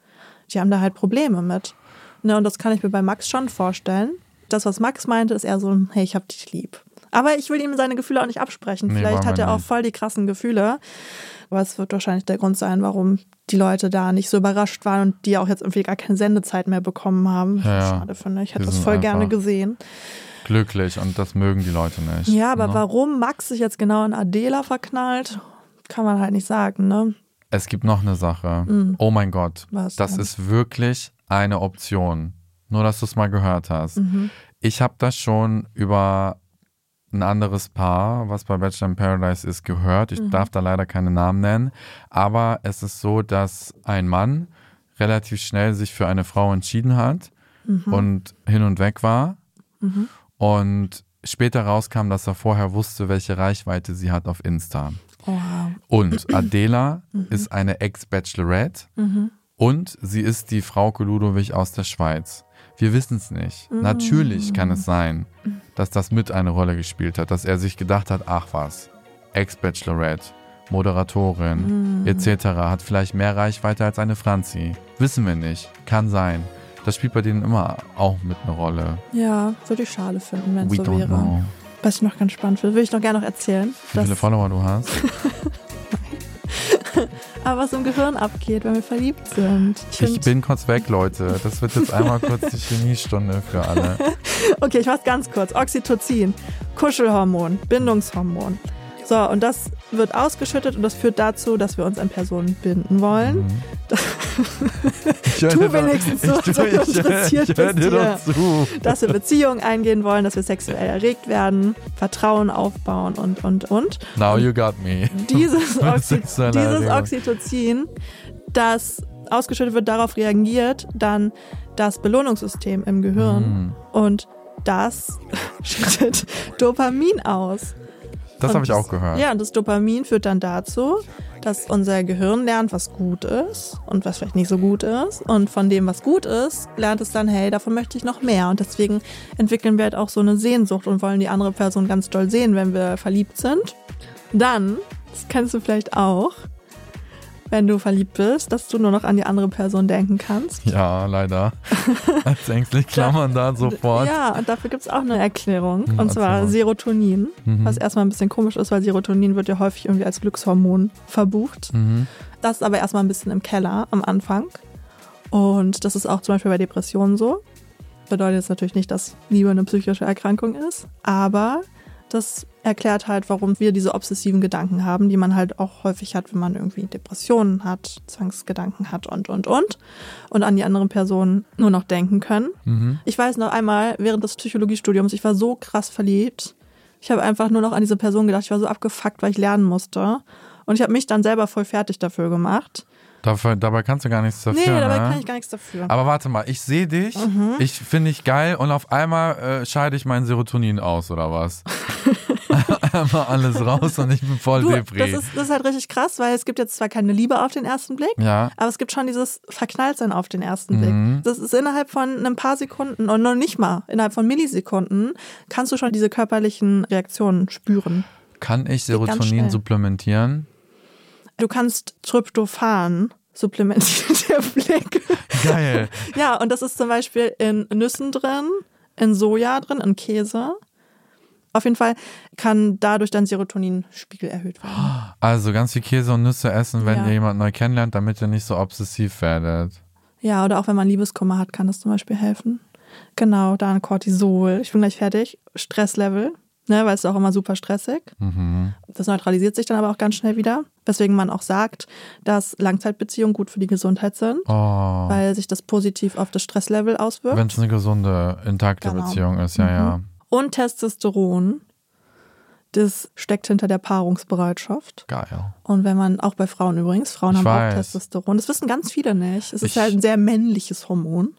die haben da halt Probleme mit. Ne, und das kann ich mir bei Max schon vorstellen. Das, was Max meinte, ist eher so ein, hey, ich hab dich lieb. Aber ich will ihm seine Gefühle auch nicht absprechen.
Nee,
Vielleicht
wollen
hat
wir
er auch
nicht.
voll die krassen Gefühle. Aber es wird wahrscheinlich der Grund sein, warum die Leute da nicht so überrascht waren und die auch jetzt irgendwie gar keine Sendezeit mehr bekommen haben.
Ja, ja.
Schade finde ich. Ich hätte
Die
das
sind
voll gerne
einfach-
gesehen.
Glücklich und das mögen die Leute nicht.
Ja, aber
ne?
warum Max sich jetzt genau in Adela verknallt, kann man halt nicht sagen, ne?
Es gibt noch eine Sache. Oh mein Gott.
Mm. Was
das
denn?
ist wirklich eine Option. Nur, dass du es mal gehört hast.
Mhm.
Ich habe das schon über ein anderes Paar, was bei Bachelor in Paradise ist, gehört.
Mhm.
Ich darf da leider keine Namen nennen. Aber es ist so, dass ein Mann relativ schnell sich für eine Frau entschieden hat
Mhm.
und hin und weg war. Und später rauskam, dass er vorher wusste, welche Reichweite sie hat auf Insta.
Oha.
Und Adela
Mhm.
ist eine Ex-Bachelorette und sie ist die Frau Koludovic aus der Schweiz. Wir wissen es nicht.
Mhm.
Natürlich kann es sein, dass das mit eine Rolle gespielt hat, dass er sich gedacht hat, ach was, Ex-Bachelorette, Moderatorin
Mhm.
etc. hat vielleicht mehr Reichweite als eine Franzi. Wissen wir nicht. Kann sein. Das spielt bei denen immer auch mit eine Rolle.
Ja, würde ich schade finden, wenn es
We
so
don't
wäre.
know.
Was ich noch ganz spannend finde, würde ich noch gerne noch erzählen.
Wie viele Follower du hast?
aber was im Gehirn abgeht, wenn wir verliebt sind. Ich
Ich
find,
bin kurz weg, Leute. Das wird jetzt einmal kurz die Chemiestunde für alle.
okay, ich mach's ganz kurz. Oxytocin, Kuschelhormon, Bindungshormon. So, und das wird ausgeschüttet und das führt dazu, dass wir uns an Personen binden wollen.
Mhm. Ich hör
Tu
dir doch-
wenigstens so,
ich,
als ob du
ich,
interessiert
ich hör
bist
dir doch
hier.
zu.
dass wir Beziehungen eingehen wollen, dass wir sexuell erregt werden, Vertrauen aufbauen und, und, und.
Now you got me.
Dieses, Oxy
Sexuelle
dieses
Erregung.
Oxytocin, das ausgeschüttet wird, darauf reagiert dann das Belohnungssystem im Gehirn. Und das schüttet Dopamin aus.
Das
Und
habe ich auch gehört.
Ja, und das Dopamin führt dann dazu, dass unser Gehirn lernt, was gut ist und was vielleicht nicht so gut ist. Und von dem, was gut ist, lernt es dann, hey, davon möchte ich noch mehr. Und deswegen entwickeln wir halt auch so eine Sehnsucht und wollen die andere Person ganz doll sehen, wenn wir verliebt sind. Dann, das kennst du vielleicht auch, wenn du verliebt bist, dass du nur noch an die andere Person denken kannst.
Ja, leider. Als ängstlich klammern da sofort.
Ja, und dafür gibt's auch eine Erklärung.
Hm,
Und zwar
erzähl Mhm.
Serotonin, was erstmal ein bisschen komisch ist, weil Serotonin wird ja häufig irgendwie als Glückshormon verbucht.
Mhm.
Das ist aber erstmal ein bisschen im Keller am Anfang. Und das ist auch zum Beispiel bei Depressionen so. Bedeutet jetzt natürlich nicht, dass Liebe eine psychische Erkrankung ist, aber das erklärt halt, warum wir diese obsessiven Gedanken haben, die man halt auch häufig hat, wenn man irgendwie Depressionen hat, Zwangsgedanken hat und, und, und. Und an die anderen Personen nur noch denken können.
Mhm.
Ich weiß noch einmal, während des Psychologiestudiums, ich war so krass verliebt. Ich habe einfach nur noch an diese Person gedacht. Ich war so abgefuckt, weil ich lernen musste. Und ich habe mich dann selber voll fertig dafür gemacht.
Dafür, dabei kannst du gar nichts dafür.
Nee, dabei
ne?
kann ich Mhm. gar nichts dafür.
Aber warte mal, ich sehe dich, ich finde dich geil und auf einmal äh, scheide ich mein Serotonin aus oder was? einmal alles raus und ich bin voll
Du,
Depri.
das ist, das ist halt richtig krass, weil es gibt jetzt zwar keine Liebe auf den ersten Blick,
Ja. Mhm.
aber es gibt schon dieses Verknalltsein auf den ersten Blick. Das ist innerhalb von ein paar Sekunden und noch nicht mal, innerhalb von Millisekunden kannst du schon diese körperlichen Reaktionen spüren.
kann ich
ganz
Serotonin
schnell.
supplementieren?
Du kannst Tryptophan supplementiert der Blick.
Geil.
Ja, und das ist zum Beispiel in Nüssen drin, in Soja drin, in Käse. Auf jeden Fall kann dadurch dein Serotoninspiegel erhöht werden.
Also ganz viel Käse und Nüsse essen, wenn
Ja.
ihr jemanden neu kennenlernt, damit ihr nicht so obsessiv werdet.
Ja, oder auch wenn man Liebeskummer hat, kann das zum Beispiel helfen. Genau, dann Cortisol. Ich bin gleich fertig. Stresslevel, ne, weil es ist auch immer super stressig. Das neutralisiert sich dann aber auch ganz schnell wieder, weswegen man auch sagt, dass Langzeitbeziehungen gut für die Gesundheit sind,
Oh.
weil sich das positiv auf das Stresslevel auswirkt.
Wenn es eine gesunde, intakte
Genau.
Beziehung ist, ja, ja.
Und Testosteron, das steckt hinter der Paarungsbereitschaft.
Geil.
Und wenn man, auch bei Frauen übrigens, Frauen
Ich
haben
weiß.
auch Testosteron. Das wissen ganz viele nicht. Es ist
Ich-
halt ein sehr männliches Hormon.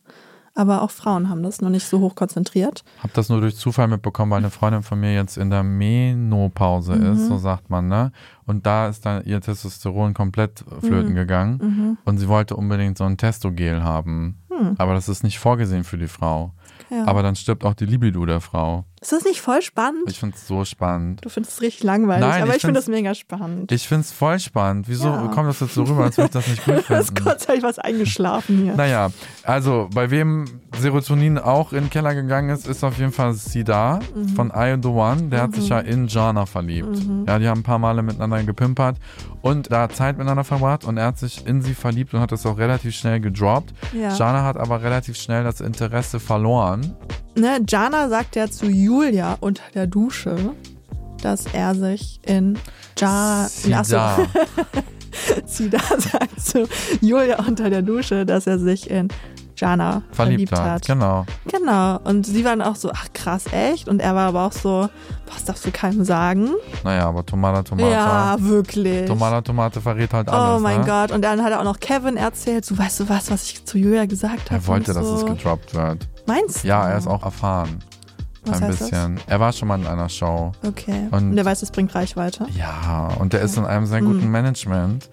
Aber auch Frauen haben das, nur nicht so hoch konzentriert.
Hab das nur durch Zufall mitbekommen, weil eine Freundin von mir jetzt in der Menopause
Mhm.
ist, so sagt man, ne? Und da ist dann ihr Testosteron komplett
Mhm.
flöten gegangen und sie wollte unbedingt so ein Testogel haben. Aber das ist nicht vorgesehen für die Frau.
Hm. Ja.
Aber dann stirbt auch die Libido der Frau.
Ist das nicht voll spannend?
Ich find's so spannend.
du findest es richtig langweilig,
Nein,
aber
ich
ich, finde
find's-
das mega spannend.
Ich find's voll spannend. Wieso
Ja.
kommt das jetzt so rüber, als würde ich das nicht gut
Da ist
finden?
Gott sei Dank was eingeschlafen hier.
Naja, also bei wem Serotonin auch in den Keller gegangen ist, ist auf jeden Fall Sida
Mhm.
von I The One. Der hat sich ja in Jana verliebt. Ja, die haben ein paar Male miteinander gepimpert und da Zeit miteinander verbracht und er hat sich in sie verliebt und hat das auch relativ schnell gedroppt.
Ja.
Jana hat aber relativ schnell das Interesse verloren.
Ne, Jana sagt ja zu Julia unter der Dusche, dass er sich in Ja...
Sida.
Achso, Zida sagt zu Julia unter der Dusche, dass er sich in Jana
Verliebt hat. Genau.
Genau. Und sie waren auch so, ach krass, echt? Und er war aber auch so, boah, das darfst du keinem sagen.
Naja, aber Tomata, Tomata.
Ja, wirklich.
Tomata, Tomate verrät halt alles.
oh mein
ne?
Gott. Und dann hat er auch noch Kevin erzählt, so weißt du was, was ich zu Julia gesagt habe.
Er wollte,
und so.
dass es gedroppt wird.
Meinst du?
Ja, er ist auch erfahren.
Was
ein
heißt das?
bisschen. Er war schon mal in einer Show.
Okay.
Und-
Und, er weiß, es bringt Reichweite.
Ja, und der ist in einem
Hm.
sehr guten Management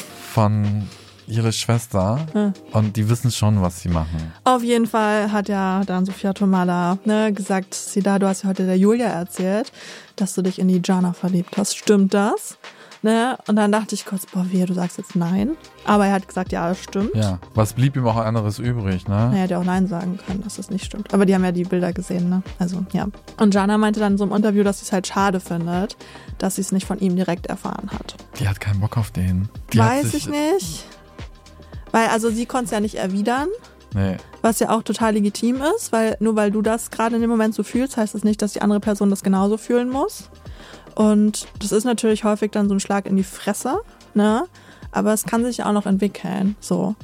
von ihre Schwester.
Hm.
Und die wissen schon, was sie machen.
Auf jeden Fall hat ja dann Sophia Tomala ne, gesagt, Sida, du hast ja heute der Julia erzählt, dass du dich in die Jana verliebt hast. Stimmt das? Ne? Und dann dachte ich kurz, boah, wie, du sagst jetzt nein. Aber er hat gesagt, ja, das stimmt.
Ja. Was blieb ihm auch anderes übrig,
Er
ne?
hätte auch Nein sagen können, dass das nicht stimmt. Aber die haben ja die Bilder gesehen, ne? Also, ja. Und Jana meinte dann so im Interview, dass sie es halt schade findet, dass sie es nicht von ihm direkt erfahren hat.
Die hat keinen Bock auf den. Die hat
Weiß ich
sich-
nicht. Weil, also, sie konnte es ja nicht erwidern,
Nee.
was ja auch total legitim ist, weil nur weil du das gerade in dem Moment so fühlst, heißt das nicht, dass die andere Person das genauso fühlen muss. Und das ist natürlich häufig dann so ein Schlag in die Fresse, ne? Aber es kann sich ja auch noch entwickeln, so.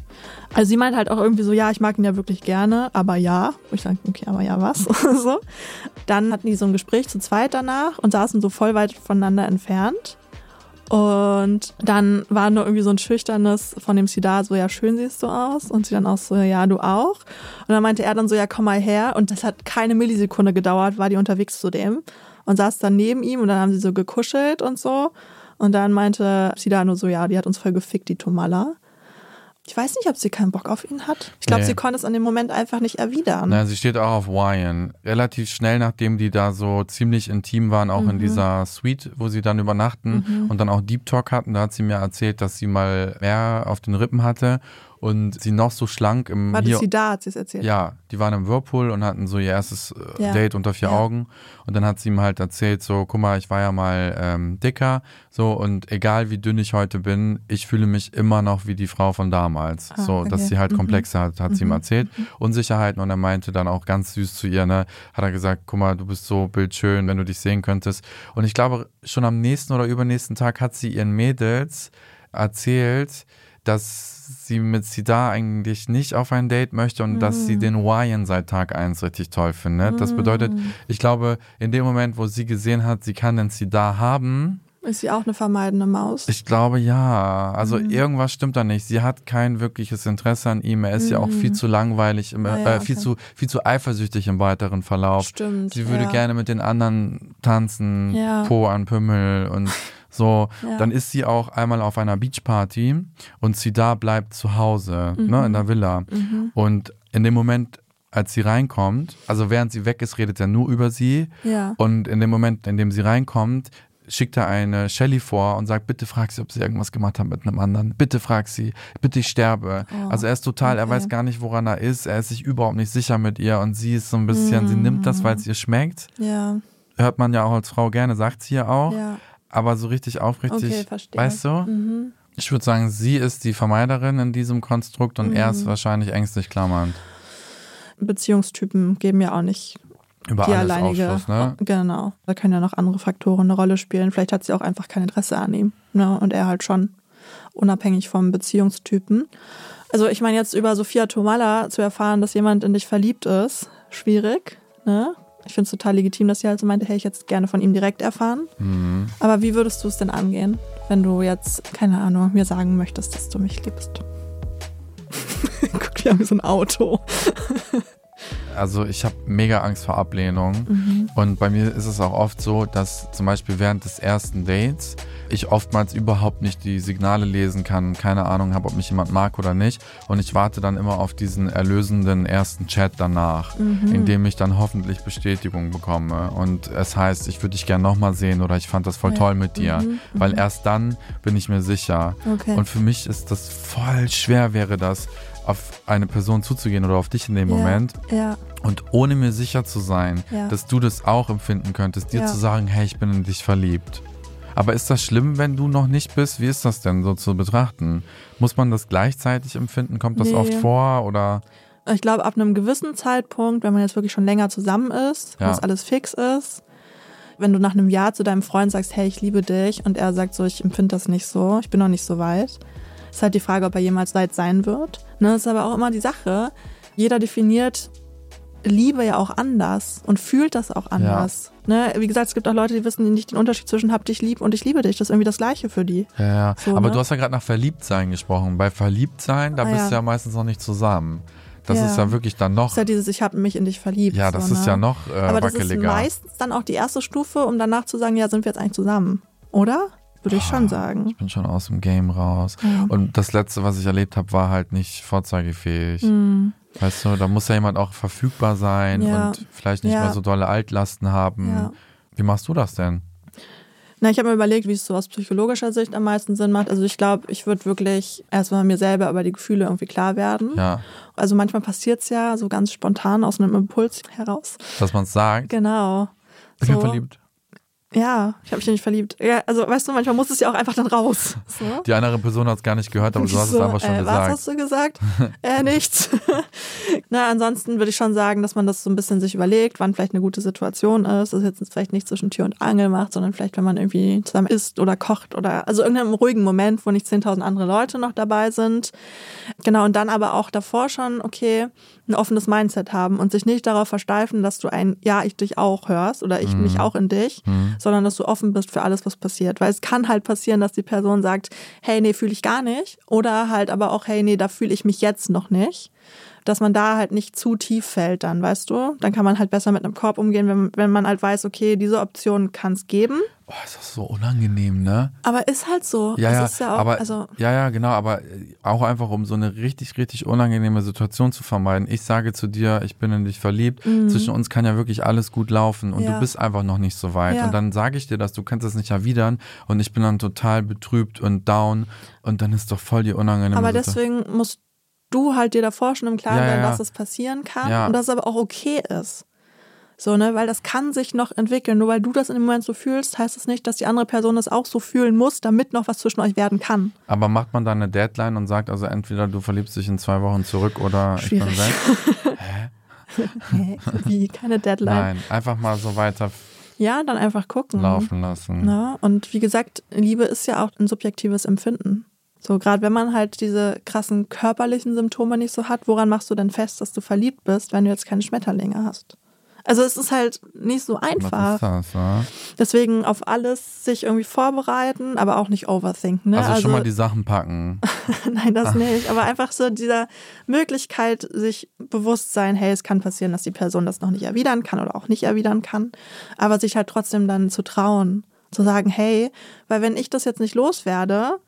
Also sie meint halt auch irgendwie so, ja, ich mag ihn ja wirklich gerne, aber ja. Und ich sage, okay, aber ja, was? so. Dann hatten die so ein Gespräch zu zweit danach und saßen so voll weit voneinander entfernt. Und dann war nur irgendwie so ein schüchternes von dem Sida so, ja, schön siehst du aus. Und sie dann auch so, ja, du auch. Und dann meinte er dann so, ja, komm mal her. Und das hat keine Millisekunde gedauert, war die unterwegs zu dem und saß dann neben ihm und dann haben sie so gekuschelt und so. Und dann meinte Sida nur so, ja, die hat uns voll gefickt, die Tomala. Ich weiß nicht, ob sie keinen Bock auf ihn hat. Ich glaube,
Nee.
sie konnte es in dem Moment einfach nicht erwidern.
Na, sie steht auch auf Wyan. Relativ schnell, nachdem die da so ziemlich intim waren, auch
Mhm.
in dieser Suite, wo sie dann übernachten und dann auch Deep Talk hatten, da hat sie mir erzählt, dass sie mal mehr auf den Rippen hatte und sie noch so schlank im
War
hier-
das Sida, hat sie es erzählt.
Ja, die waren im Whirlpool und hatten so ihr erstes äh,
Ja.
Date unter vier
Ja.
Augen. Und dann hat sie ihm halt erzählt, so, guck mal, ich war ja mal ähm, dicker, so, und egal wie dünn ich heute bin, ich fühle mich immer noch wie die Frau von damals. so, dass
okay.
sie halt Komplexe hat, hat sie ihm erzählt. Unsicherheiten und er meinte dann auch ganz süß zu ihr, ne, hat er gesagt, guck mal, du bist so bildschön, wenn du dich sehen könntest. Und ich glaube, schon am nächsten oder übernächsten Tag hat sie ihren Mädels erzählt, dass sie mit Sida eigentlich nicht auf ein Date möchte und dass sie den Wyan seit Tag 1 richtig toll findet. Das bedeutet, ich glaube, in dem Moment, wo sie gesehen hat, sie kann den Sida haben,
Ist sie auch eine vermeidende Maus?
Ich glaube ja. Also
Mhm.
irgendwas stimmt da nicht. Sie hat kein wirkliches Interesse an ihm. Er ist ja auch viel zu langweilig, im,
Mhm. Ah ja,
äh, viel,
okay.
zu, viel zu eifersüchtig im weiteren Verlauf.
Stimmt,
Sie würde
ja.
gerne mit den anderen tanzen,
Ja.
Po an Pimmel und so.
Ja.
Dann ist sie auch einmal auf einer Beachparty und sie da bleibt zu Hause, ne,
Mhm.
in der Villa. Und in dem Moment, als sie reinkommt, also während sie weg ist, redet er nur über sie.
Ja.
Und in dem Moment, in dem sie reinkommt, schickt er eine Shelly vor und sagt, bitte frag sie, ob sie irgendwas gemacht hat mit einem anderen. Bitte frag sie, bitte ich sterbe.
Oh,
also er ist total, er weiß gar nicht, woran er ist, er ist sich überhaupt nicht sicher mit ihr und sie ist so ein bisschen, sie nimmt
Mhm.
das, weil es ihr schmeckt.
Ja.
Hört man ja auch als Frau gerne, sagt sie ja auch.
Ja.
Aber so richtig
Okay,
aufrichtig,
verstehe. Mhm.
weißt du? Ich würde sagen, sie ist die Vermeiderin in diesem Konstrukt und er
Mhm.
ist wahrscheinlich ängstlich klammernd.
Beziehungstypen geben ja auch nicht
Über
die
alles
alleinige.
Aufschluss, ne?
Genau. Da können ja noch andere Faktoren eine Rolle spielen. Vielleicht hat sie auch einfach kein Interesse an ihm. Ne? Und er halt schon, unabhängig vom Beziehungstypen. Also ich meine, jetzt über Sophia Tomala zu erfahren, dass jemand in dich verliebt ist, schwierig. Ne? Ich finde es total legitim, dass sie halt so meinte, hey, ich hätte es gerne von ihm direkt erfahren. Aber wie würdest du es denn angehen, wenn du jetzt, keine Ahnung, mir sagen möchtest, dass du mich liebst? Guck, wir haben so ein Auto.
Also ich habe mega Angst vor Ablehnung.
Mhm.
Und bei mir ist es auch oft so, dass zum Beispiel während des ersten Dates ich oftmals überhaupt nicht die Signale lesen kann, keine Ahnung habe, ob mich jemand mag oder nicht. Und ich warte dann immer auf diesen erlösenden ersten Chat danach,
Mhm.
in dem ich dann hoffentlich Bestätigung bekomme. Und es heißt, ich würde dich gern nochmal sehen oder ich fand das voll toll mit dir. Weil erst dann bin ich mir sicher.
Mhm. Okay.
Und für mich ist das voll schwer, wäre das, auf eine Person zuzugehen oder auf dich in dem
Ja,
Moment.
Ja,
Und ohne mir sicher zu sein,
Ja.
dass du das auch empfinden könntest, dir
Ja.
zu sagen, hey, ich bin in dich verliebt. Aber ist das schlimm, wenn du noch nicht bist? Wie ist das denn so zu betrachten? Muss man das gleichzeitig empfinden? Kommt das
Nee.
oft vor? Oder
Äh, ich glaube, ab einem gewissen Zeitpunkt, wenn man jetzt wirklich schon länger zusammen ist,
Ja.
wo es alles fix ist, wenn du nach einem Jahr zu deinem Freund sagst, hey, ich liebe dich, und er sagt so, ich empfinde das nicht so, ich bin noch nicht so weit, ist halt die Frage, ob er jemals weit sein wird. Ne, ist aber auch immer die Sache. Jeder definiert Liebe ja auch anders und fühlt das auch anders. Ne, wie gesagt, es gibt auch Leute, die wissen nicht den Unterschied zwischen hab dich lieb und ich liebe dich. Das ist irgendwie das Gleiche für die.
ja, ja.
So,
aber
ne?
du hast ja gerade nach Verliebtsein gesprochen. Bei Verliebtsein, da
Ah,
bist du
ja.
ja meistens noch nicht zusammen. Das
Ja.
ist ja wirklich dann noch.
ist ja dieses, ich habe mich in dich verliebt.
Ja, das
so,
ist
ne?
ja noch, äh,
Aber das ist
wackeliger.
meistens dann auch die erste Stufe, um danach zu sagen, ja, sind wir jetzt eigentlich zusammen, oder? Würde ich
Ah.
schon sagen.
Ich bin schon aus dem Game raus. Und das letzte, was ich erlebt habe, war halt nicht vorzeigefähig. Weißt du, da muss ja jemand auch verfügbar sein
Mhm. Ja.
und vielleicht nicht
Ja.
mehr so dolle Altlasten haben.
Ja.
Wie machst du das denn?
Na, ich habe mir überlegt, wie es so aus psychologischer Sicht am meisten Sinn macht. Also ich glaube, ich würde wirklich erstmal mir selber über die Gefühle irgendwie klar werden.
Ja,
Also manchmal passiert es ja so ganz spontan aus einem Impuls heraus.
dass man es sagt.
Genau.
Ich bin verliebt.
Ja, ich habe mich in dich verliebt. Ja, also weißt du, manchmal muss es ja auch einfach dann raus. So.
Die andere Person hat es gar nicht gehört, aber du hast es
So,
einfach schon
äh, Was
gesagt.
hast du gesagt? äh, nichts. Na, Ne? ansonsten würde ich schon sagen, dass man das so ein bisschen sich überlegt, wann vielleicht eine gute Situation ist, dass jetzt vielleicht nicht zwischen Tür und Angel macht, sondern vielleicht, wenn man irgendwie zusammen isst oder kocht oder also irgendeinem ruhigen Moment, wo nicht 10.000 andere Leute noch dabei sind. Genau, und dann aber auch davor schon, okay, ein offenes Mindset haben und sich nicht darauf versteifen, dass du ein Ja, ich dich auch hörst oder ich mich auch in dich, sondern dass du offen bist für alles, was passiert. Weil es kann halt passieren, dass die Person sagt, hey, nee, fühle ich gar nicht. Oder halt aber auch, hey, nee, da fühle ich mich jetzt noch nicht. Dass man da halt nicht zu tief fällt dann, weißt du? Dann kann man halt besser mit einem Korb umgehen, wenn, wenn man halt weiß, okay, diese Option kann es geben.
Oh, ist das so unangenehm, ne?
Aber ist halt so.
Ja,
es
ja,
ist ja auch,
aber,
also,
ja, ja, genau, aber äh, auch einfach, um so eine richtig, richtig unangenehme Situation zu vermeiden. Ich sage zu dir, ich bin in dich verliebt, zwischen uns kann ja wirklich alles gut laufen und
Mhm. Ja.
du bist einfach noch nicht so weit.
Ja.
Und dann sage ich dir das, du kannst es nicht erwidern und ich bin dann total betrübt und down und dann ist doch voll die unangenehme
aber
Situation.
deswegen musst du halt dir davor schon im Klaren
Ja, ja,
werden,
ja.
dass das passieren kann
Ja.
und dass es aber auch okay ist. So, ne, weil das kann sich noch entwickeln. Nur weil du das in dem Moment so fühlst, heißt es das nicht, dass die andere Person das auch so fühlen muss, damit noch was zwischen euch werden kann.
Aber macht man da eine Deadline und sagt also entweder du verliebst dich in zwei Wochen zurück oder ich bin
Schwierig.
weg?
Hä? Wie? Keine Deadline.
Nein, einfach mal so weiterlaufen
Ja, dann einfach gucken.
lassen.
Ne? Und wie gesagt, Liebe ist ja auch ein subjektives Empfinden. So, gerade wenn man halt diese krassen körperlichen Symptome nicht so hat, woran machst du denn fest, dass du verliebt bist, wenn du jetzt keine Schmetterlinge hast? Also es ist halt nicht so einfach.
Was ist das, ja?
Deswegen auf alles sich irgendwie vorbereiten, aber auch nicht overthinken. Ne?
Also, schon mal die Sachen packen.
Nein,
Ah.
das nicht. Aber einfach so dieser Möglichkeit, sich bewusst sein, hey, es kann passieren, dass die Person das noch nicht erwidern kann oder auch nicht erwidern kann. Aber sich halt trotzdem dann zu trauen, zu sagen, hey, weil wenn ich das jetzt nicht loswerde,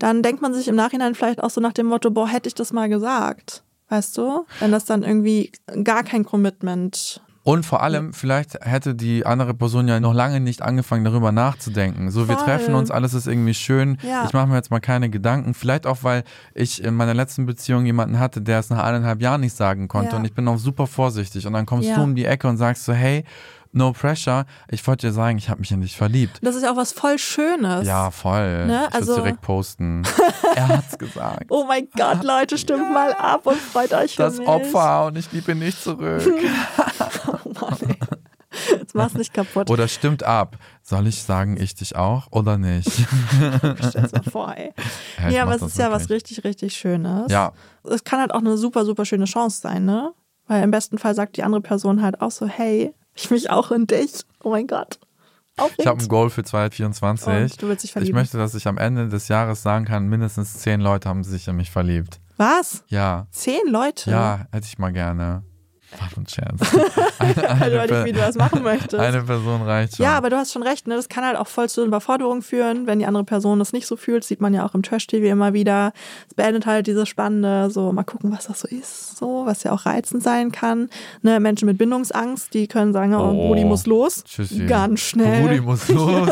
dann denkt man sich im Nachhinein vielleicht auch so nach dem Motto, boah, hätte ich das mal gesagt. Weißt du? Wenn das dann irgendwie gar kein Commitment
Und vor allem, vielleicht hätte die andere Person ja noch lange nicht angefangen, darüber nachzudenken. So, wir
Voll.
treffen uns, alles ist irgendwie schön.
Ja.
Ich mache mir jetzt mal keine Gedanken. Vielleicht auch, weil ich in meiner letzten Beziehung jemanden hatte, der es nach eineinhalb Jahren nicht sagen konnte.
Ja.
Und ich bin auch super vorsichtig. Und dann kommst
Ja.
du um die Ecke und sagst so, hey, no pressure. Ich wollte dir sagen, ich habe mich in dich verliebt.
Das ist ja auch was voll Schönes.
Ja, voll.
Ne,
Ich also,
also-
direkt posten. er hat's gesagt.
Oh mein Gott, Leute, stimmt mal ab und freut euch für
das
mich.
Opfer und ich liebe nicht zurück.
Oh Mann, ey. Jetzt mach's nicht kaputt.
Oder stimmt ab. Soll ich sagen, ich dich auch oder nicht?
Stell's mal vor, ey.
Ja, ich
Ja,
mach
aber es
das
ist ja was
wirklich.
richtig, richtig Schönes.
Ja.
Es kann halt auch eine super, super schöne Chance sein, ne? Weil im besten Fall sagt die andere Person halt auch so, hey, ich mich auch in dich. Oh mein Gott.
Ich habe
Aufregend.
ein Goal für 2024.
Und du willst dich
ich
verlieben.
möchte, dass ich am Ende des Jahres sagen kann, mindestens zehn Leute haben sich in mich verliebt.
Was?
Ja.
Zehn Leute?
Ja, hätte ich mal gerne. War ein Scherz.
Weil du halt
Per-
nicht, wie du das machen möchtest.
Eine Person reicht schon.
Ja, aber du hast schon recht, ne? Das kann halt auch voll zu Überforderung führen, wenn die andere Person das nicht so fühlt. Sieht man ja auch im Trash-TV immer wieder. Es beendet halt diese Spannende, so mal gucken, was das so ist, so, was ja auch reizend sein kann. Ne? Menschen mit Bindungsangst, die können sagen, oh,
Oh.
Brudi muss los.
Tschüssi.
Ganz schnell.
Rudi muss los.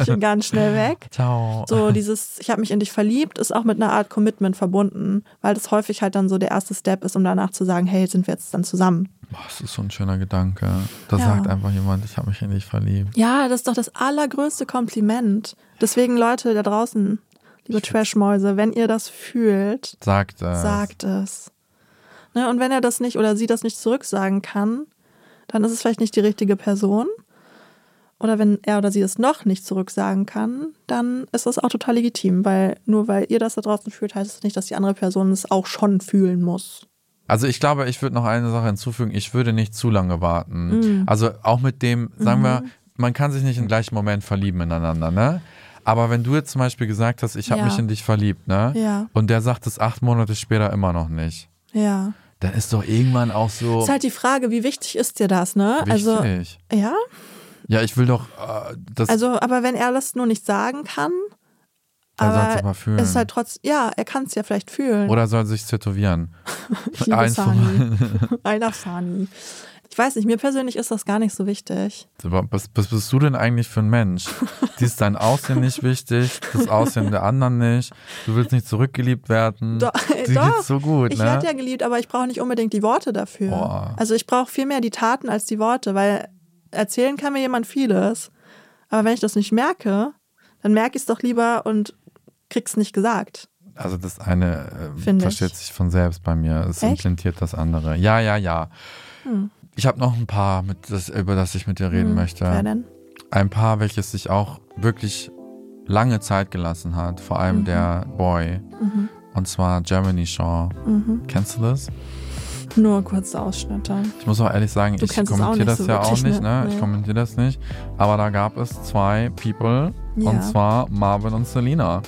ich bin ganz schnell weg.
Ciao.
So dieses, ich habe mich in dich verliebt, ist auch mit einer Art Commitment verbunden, weil das häufig halt dann so der erste Step ist, um danach zu sagen, hey, sind wir jetzt dann zusammen.
Boah, das ist so ein schöner Gedanke. Da
Ja.
sagt einfach jemand, ich habe mich in dich verliebt.
Ja, das ist doch das allergrößte Kompliment. Deswegen, Leute da draußen, liebe Trashmäuse, wenn ihr das fühlt,
Sagt äh, es.
sagt es. Ne, und wenn er das nicht oder sie das nicht zurücksagen kann, dann ist es vielleicht nicht die richtige Person. Oder wenn er oder sie es noch nicht zurücksagen kann, dann ist das auch total legitim, weil nur weil ihr das da draußen fühlt, heißt es nicht, dass die andere Person es auch schon fühlen muss.
Also ich glaube, ich würde noch eine Sache hinzufügen. Ich würde nicht zu lange
Mhm.
warten. Also auch mit dem, sagen wir, man kann sich nicht im gleichen Moment verlieben ineinander, ne? Aber wenn du jetzt zum Beispiel gesagt hast, ich habe
Ja.
mich in dich verliebt, ne?
Ja.
Und der sagt es acht Monate später immer noch nicht,
Ja.
dann ist doch irgendwann auch so
Ist halt die Frage, wie wichtig ist dir das, ne? Also,
wichtig.
ja,
ja, ich will doch äh, das.
Also, aber wenn er das nur nicht sagen kann,
er soll's
aber
aber fühlen.
ist halt trotz, ja, er kann es ja vielleicht fühlen.
oder soll sich tätowieren?
ich liebe
eins
Sani. Einer Sani. Ich weiß nicht, mir persönlich ist das gar nicht so wichtig.
Was, was bist du denn eigentlich für ein Mensch? Dir ist dein Aussehen nicht wichtig, das Aussehen der anderen nicht. Du willst nicht zurückgeliebt werden.
Do
Dir
doch,
geht's so gut,
ich
ne?
werde ja geliebt, aber ich brauche nicht unbedingt die Worte dafür.
Boah.
Also ich brauche viel mehr die Taten als die Worte, weil erzählen kann mir jemand vieles. Aber wenn ich das nicht merke, dann merke ich es doch lieber und krieg's nicht gesagt.
Also das eine äh,
Finde ich.
versteht sich von selbst bei mir. Es
Echt? Hm.
implantiert das andere. Ja, ja, ja. Ich habe noch ein paar, mit das, über das ich mit dir reden möchte.
Wer denn?
Ein paar, welches sich auch wirklich lange Zeit gelassen hat. Vor allem
Mhm.
der Boy. Und zwar Germany Shaw.
Mhm.
Kennst du das?
Nur kurze Ausschnitte.
Ich muss auch ehrlich sagen,
Du
ich
kennst es auch
kommentiere das
nicht so
ja auch
wirklich,
nicht. Ne?
ne?
Ich
Nee.
kommentiere das nicht. Aber da gab es zwei People.
Ja. Mhm.
Und zwar Marvin und Selina.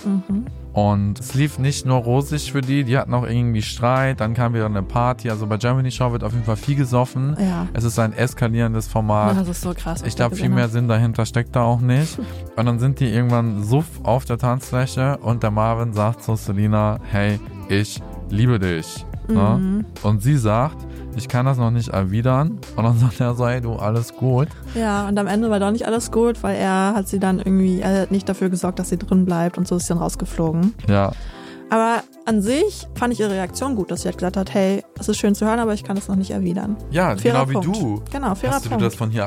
Und es lief nicht nur rosig für die, die hatten auch irgendwie Streit, dann kam wieder eine Party. Also bei Germany Show wird auf jeden Fall viel gesoffen.
Ja.
Es ist ein eskalierendes Format.
Das ist so krass. was
Ah. Ich
der
glaube, viel
gesehen
mehr
hat.
Sinn dahinter steckt da auch nicht. Und dann sind die irgendwann suff auf der Tanzfläche und der Marvin sagt zu Selina, hey, ich liebe dich.
Mhm.
Ne? Und sie sagt, ich kann das noch nicht erwidern. Und dann sagt er so, hey, du, alles gut.
Ja, und am Ende war doch nicht alles gut, weil er hat sie dann irgendwie, er hat nicht dafür gesorgt, dass sie drin bleibt und so ist sie dann rausgeflogen.
Ja,
Aber an sich fand ich ihre Reaktion gut, dass sie halt gesagt hat, hey, es ist schön zu hören, aber ich kann das noch nicht erwidern.
ja
Fairer
genau wie
Punkt.
du.
Genau, fairer
Hast du dir
Punkt.
das von hier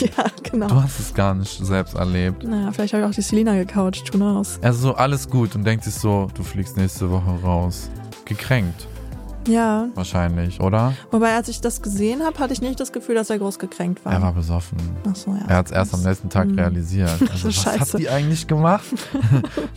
Ja,
Du
genau.
hast es gar nicht selbst erlebt.
Naja, vielleicht habe ich auch die Selina gecoucht, who knows.
Also so alles gut und denkt sich so, du fliegst nächste Woche raus. Gekränkt.
Ja.
Wahrscheinlich, oder?
Wobei, als ich das gesehen habe, hatte ich nicht das Gefühl, dass er groß gekränkt war.
Er war besoffen.
Ach so, ja.
Er hat es erst am nächsten Tag realisiert. Also, was
Hm. Scheiße.
hat die eigentlich gemacht?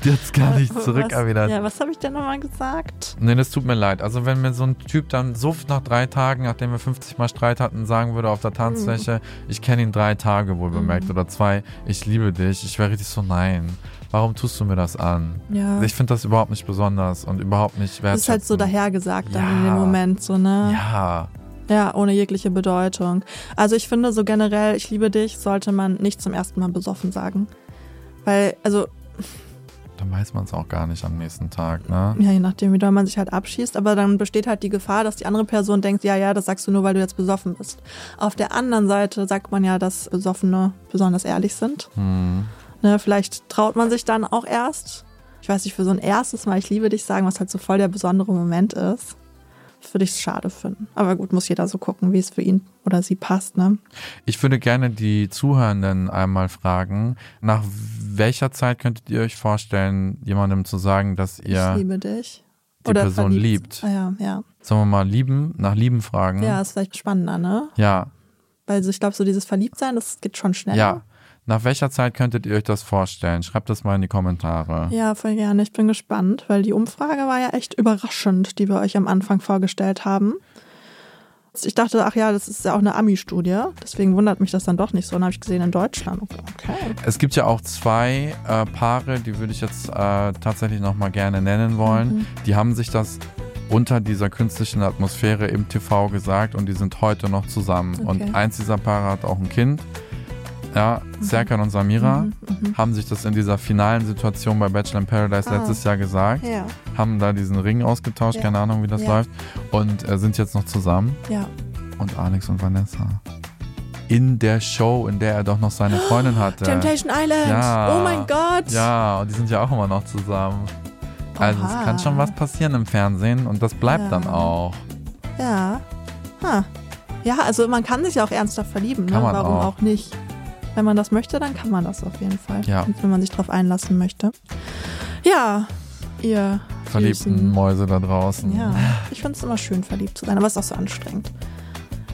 die hat es gar nicht zurückerwidert.
Oh, was, Ja, was habe ich denn nochmal gesagt?
Nee, das tut mir leid. Also wenn mir so ein Typ dann suft nach drei Tagen, nachdem wir 50 Mal Streit hatten, sagen würde
Mhm.
auf der Tanzfläche, ich kenne ihn drei Tage wohl bemerkt oder zwei, ich liebe dich, ich wäre richtig so, nein, warum tust du mir das an? Also,
Ja.
Ich finde das überhaupt nicht besonders und überhaupt nicht
Das
wertschätzend.
ist halt so dahergesagt dann in
Ja.
dem Moment, so, ne?
Ja,
Ja, ohne jegliche Bedeutung. Also ich finde so generell, ich liebe dich, sollte man nicht zum ersten Mal besoffen sagen. Weil, also,
dann weiß man es auch gar nicht am nächsten Tag, ne?
ja, je nachdem, wie doll man sich halt abschießt, aber dann besteht halt die Gefahr, dass die andere Person denkt, ja, ja, das sagst du nur, weil du jetzt besoffen bist. Auf der anderen Seite sagt man ja, dass Besoffene besonders ehrlich sind.
Hm.
Ne, vielleicht traut man sich dann auch erst. Ich weiß nicht, für so ein erstes Mal, ich liebe dich sagen, was halt so voll der besondere Moment ist, würde ich es schade finden. Aber gut, muss jeder so gucken, wie es für ihn oder sie passt, ne?
Ich würde gerne die Zuhörenden einmal fragen, nach welcher Zeit könntet ihr euch vorstellen, jemandem zu sagen, dass ihr...
Ich liebe dich.
Die Person liebt.
Ah, ja, ja.
sollen wir mal lieben, nach lieben fragen.
Ja, ist vielleicht spannender, ne?
Ja,
Weil so, ich glaube, so dieses Verliebtsein, das geht schon schneller.
ja. Nach welcher Zeit könntet ihr euch das vorstellen? Schreibt das mal in die Kommentare.
Ja, voll gerne. Ich bin gespannt, weil die Umfrage war ja echt überraschend, die wir euch am Anfang vorgestellt haben. Ich dachte, ach ja, das ist ja auch eine Ami-Studie. Deswegen wundert mich das dann doch nicht so. Und dann habe ich gesehen, in Deutschland. Okay.
Es gibt ja auch zwei äh, Paare, die würde ich jetzt äh, tatsächlich nochmal gerne nennen wollen.
Mhm.
Die haben sich das unter dieser künstlichen Atmosphäre im TV gesagt und die sind heute noch zusammen. Und eins dieser Paare hat auch ein Kind. Ja,
Mhm.
Serkan und Samira haben sich das in dieser finalen Situation bei Bachelor in Paradise letztes Jahr gesagt,
Ah. Ja,
haben da diesen Ring ausgetauscht,
Ja.
keine Ahnung, wie das
Ja.
läuft, und äh, sind jetzt noch zusammen.
ja.
und Alex und Vanessa. In der Show, in der er doch noch seine Freundin hatte.
Temptation Island.
Ja.
Oh mein Gott.
Ja, und die sind ja auch immer noch zusammen. Also es
Oha.
kann schon was passieren im Fernsehen und das bleibt
Ja.
dann auch.
Ja. Ha. Ja, also man kann sich ja auch ernsthaft verlieben.
Kann
ne?
man
Warum
auch.
auch. nicht? Wenn man das möchte, dann kann man das auf jeden Fall.
Ja.
Und wenn man sich drauf einlassen möchte. Ja, ihr
Verliebten
Süßen.
Mäuse da draußen.
Ja, ich finde es immer schön, verliebt zu sein, aber es ist auch so anstrengend.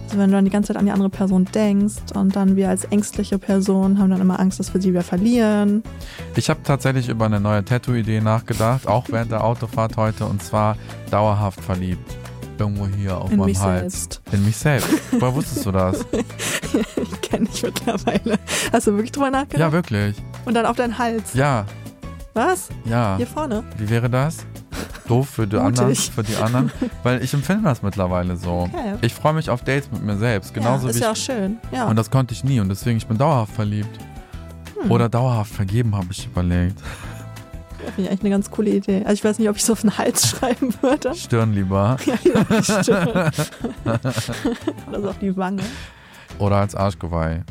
Also wenn du dann die ganze Zeit an die andere Person denkst und dann wir als ängstliche Person haben dann immer Angst, dass wir sie wieder verlieren.
Ich habe tatsächlich über eine neue Tattoo-Idee nachgedacht, auch während der Autofahrt heute, und zwar dauerhaft verliebt. Irgendwo hier auf
In
meinem
mich
Hals.
selbst.
In mich selbst. Woher wusstest du das?
Ich kenne dich mittlerweile. Hast du wirklich drüber
ja,
nachgedacht?
wirklich.
und dann auf deinen Hals.
Ja,
Was?
ja.
Hier vorne?
Wie wäre das? Doof für die
Mutig.
anderen, für die anderen, weil ich empfinde das mittlerweile so.
Okay.
Ich freue mich auf Dates mit mir selbst, genauso
ja, ist
wie
ja auch
ich,
schön. Ja.
und das konnte ich nie und deswegen ich bin dauerhaft verliebt oder dauerhaft vergeben habe ich überlegt.
Finde ich eigentlich eine ganz coole Idee. Also ich weiß nicht, ob ich es auf den Hals schreiben würde.
Stirn lieber
Ja, genau, die Stirn. Oder so auf die Wange.
oder als Arschgeweih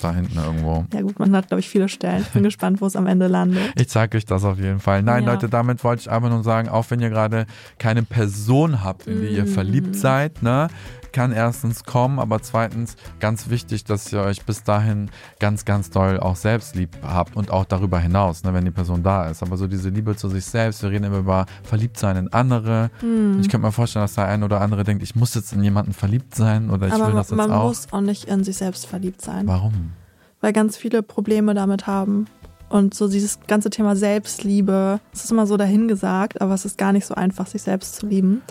da hinten irgendwo.
Ja gut, man hat, glaube ich, viele Stellen. Ich bin gespannt, wo es am Ende landet.
Ich zeige euch das auf jeden Fall. Nein,
Ja.
Leute, damit wollte ich einfach nur sagen, auch wenn ihr gerade keine Person habt, in die
Mhm.
ihr verliebt seid, ne, kann erstens kommen, aber zweitens ganz wichtig, dass ihr euch bis dahin ganz, ganz doll auch selbst lieb habt und auch darüber hinaus, ne, wenn die Person da ist. Aber so diese Liebe zu sich selbst, wir reden immer über Verliebtsein in andere.
Mhm.
Und Ich könnte mir vorstellen, dass der ein oder andere denkt, ich muss jetzt in jemanden verliebt sein oder ich
Aber
will
man,
das jetzt auch.
muss auch nicht in sich selbst verliebt sein.
Warum?
weil ganz viele Probleme damit haben. Und so dieses ganze Thema Selbstliebe, es ist immer so dahingesagt, aber es ist gar nicht so einfach, sich selbst zu lieben.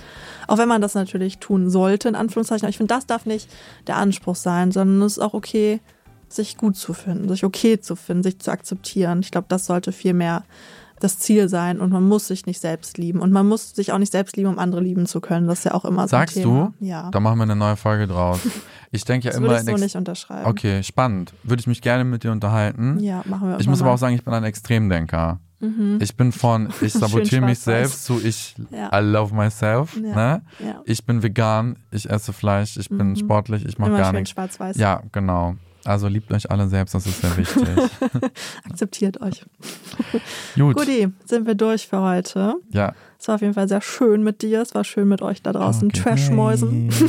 Auch wenn man das natürlich tun sollte, in Anführungszeichen. Aber ich finde, das darf nicht der Anspruch sein, sondern es ist auch okay, sich gut zu finden, sich okay zu finden, sich zu akzeptieren. Ich glaube, das sollte viel mehr das Ziel sein. Und man muss sich nicht selbst lieben. Und man muss sich auch nicht selbst lieben, um andere lieben zu können. Das ist ja auch immer so
Sagst
ein Thema.
du?
Ja.
Da machen wir eine neue Folge draus. Ich denke ja
Das
immer
würde ich
in
so
Ex-
nicht unterschreiben.
Okay, spannend. Würde ich mich gerne mit dir unterhalten.
Ähm. Ja, machen wir
Ich muss aber
irgendwann
auch sagen, ich bin ein Extremdenker. Ich bin von ich sabotiere mich
Mhm. schwarz-weiß.
selbst zu ich
Ja.
I love myself.
Ja,
Ne?
ja.
Ich bin vegan, ich esse Fleisch, ich bin sportlich, ich mache
Immer
gar
schön
nichts.
schwarz-weiß.
Ja, genau. Also liebt euch alle selbst, das ist sehr wichtig.
Akzeptiert euch.
Gut.
Guti, sind wir durch für heute.
Ja.
Es war auf jeden Fall sehr schön mit dir. Es war schön mit euch da draußen.
Okay.
Trashmäusen.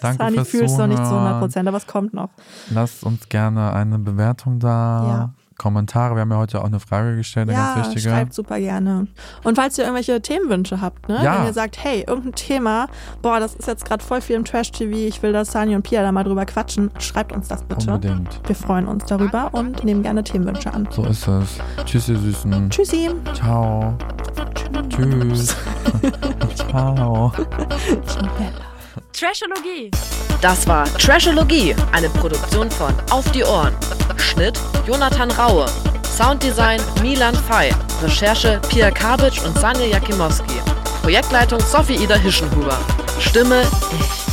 Hey. Danke
Sunny
fürs
fühlst du noch nicht zu 100
Zuhören.
Prozent, aber es kommt noch.
Lasst uns gerne eine Bewertung da.
Ja.
Kommentare. Wir haben ja heute auch eine Frage gestellt, eine
ja,
ganz wichtige.
schreibt super gerne. Und falls ihr irgendwelche Themenwünsche habt, ne?
Ja.
wenn ihr sagt, hey, irgendein Thema, boah, das ist jetzt gerade voll viel im Trash-TV, ich will, dass Sani und Pia da mal drüber quatschen, schreibt uns das bitte.
Unbedingt.
Wir freuen uns darüber und nehmen gerne Themenwünsche an.
So ist es. Tschüss, ihr Süßen.
Tschüssi.
Ciao. Tschüss. Ciao.
Trashologie.
Das war Trashologie, eine Produktion von Auf die Ohren. Schnitt Jonathan Raue. Sounddesign Milan Fey. Recherche Pia Kabitsch und Sanja Jakimowski. Projektleitung Sophie Ida Hischenhuber. Stimme ich.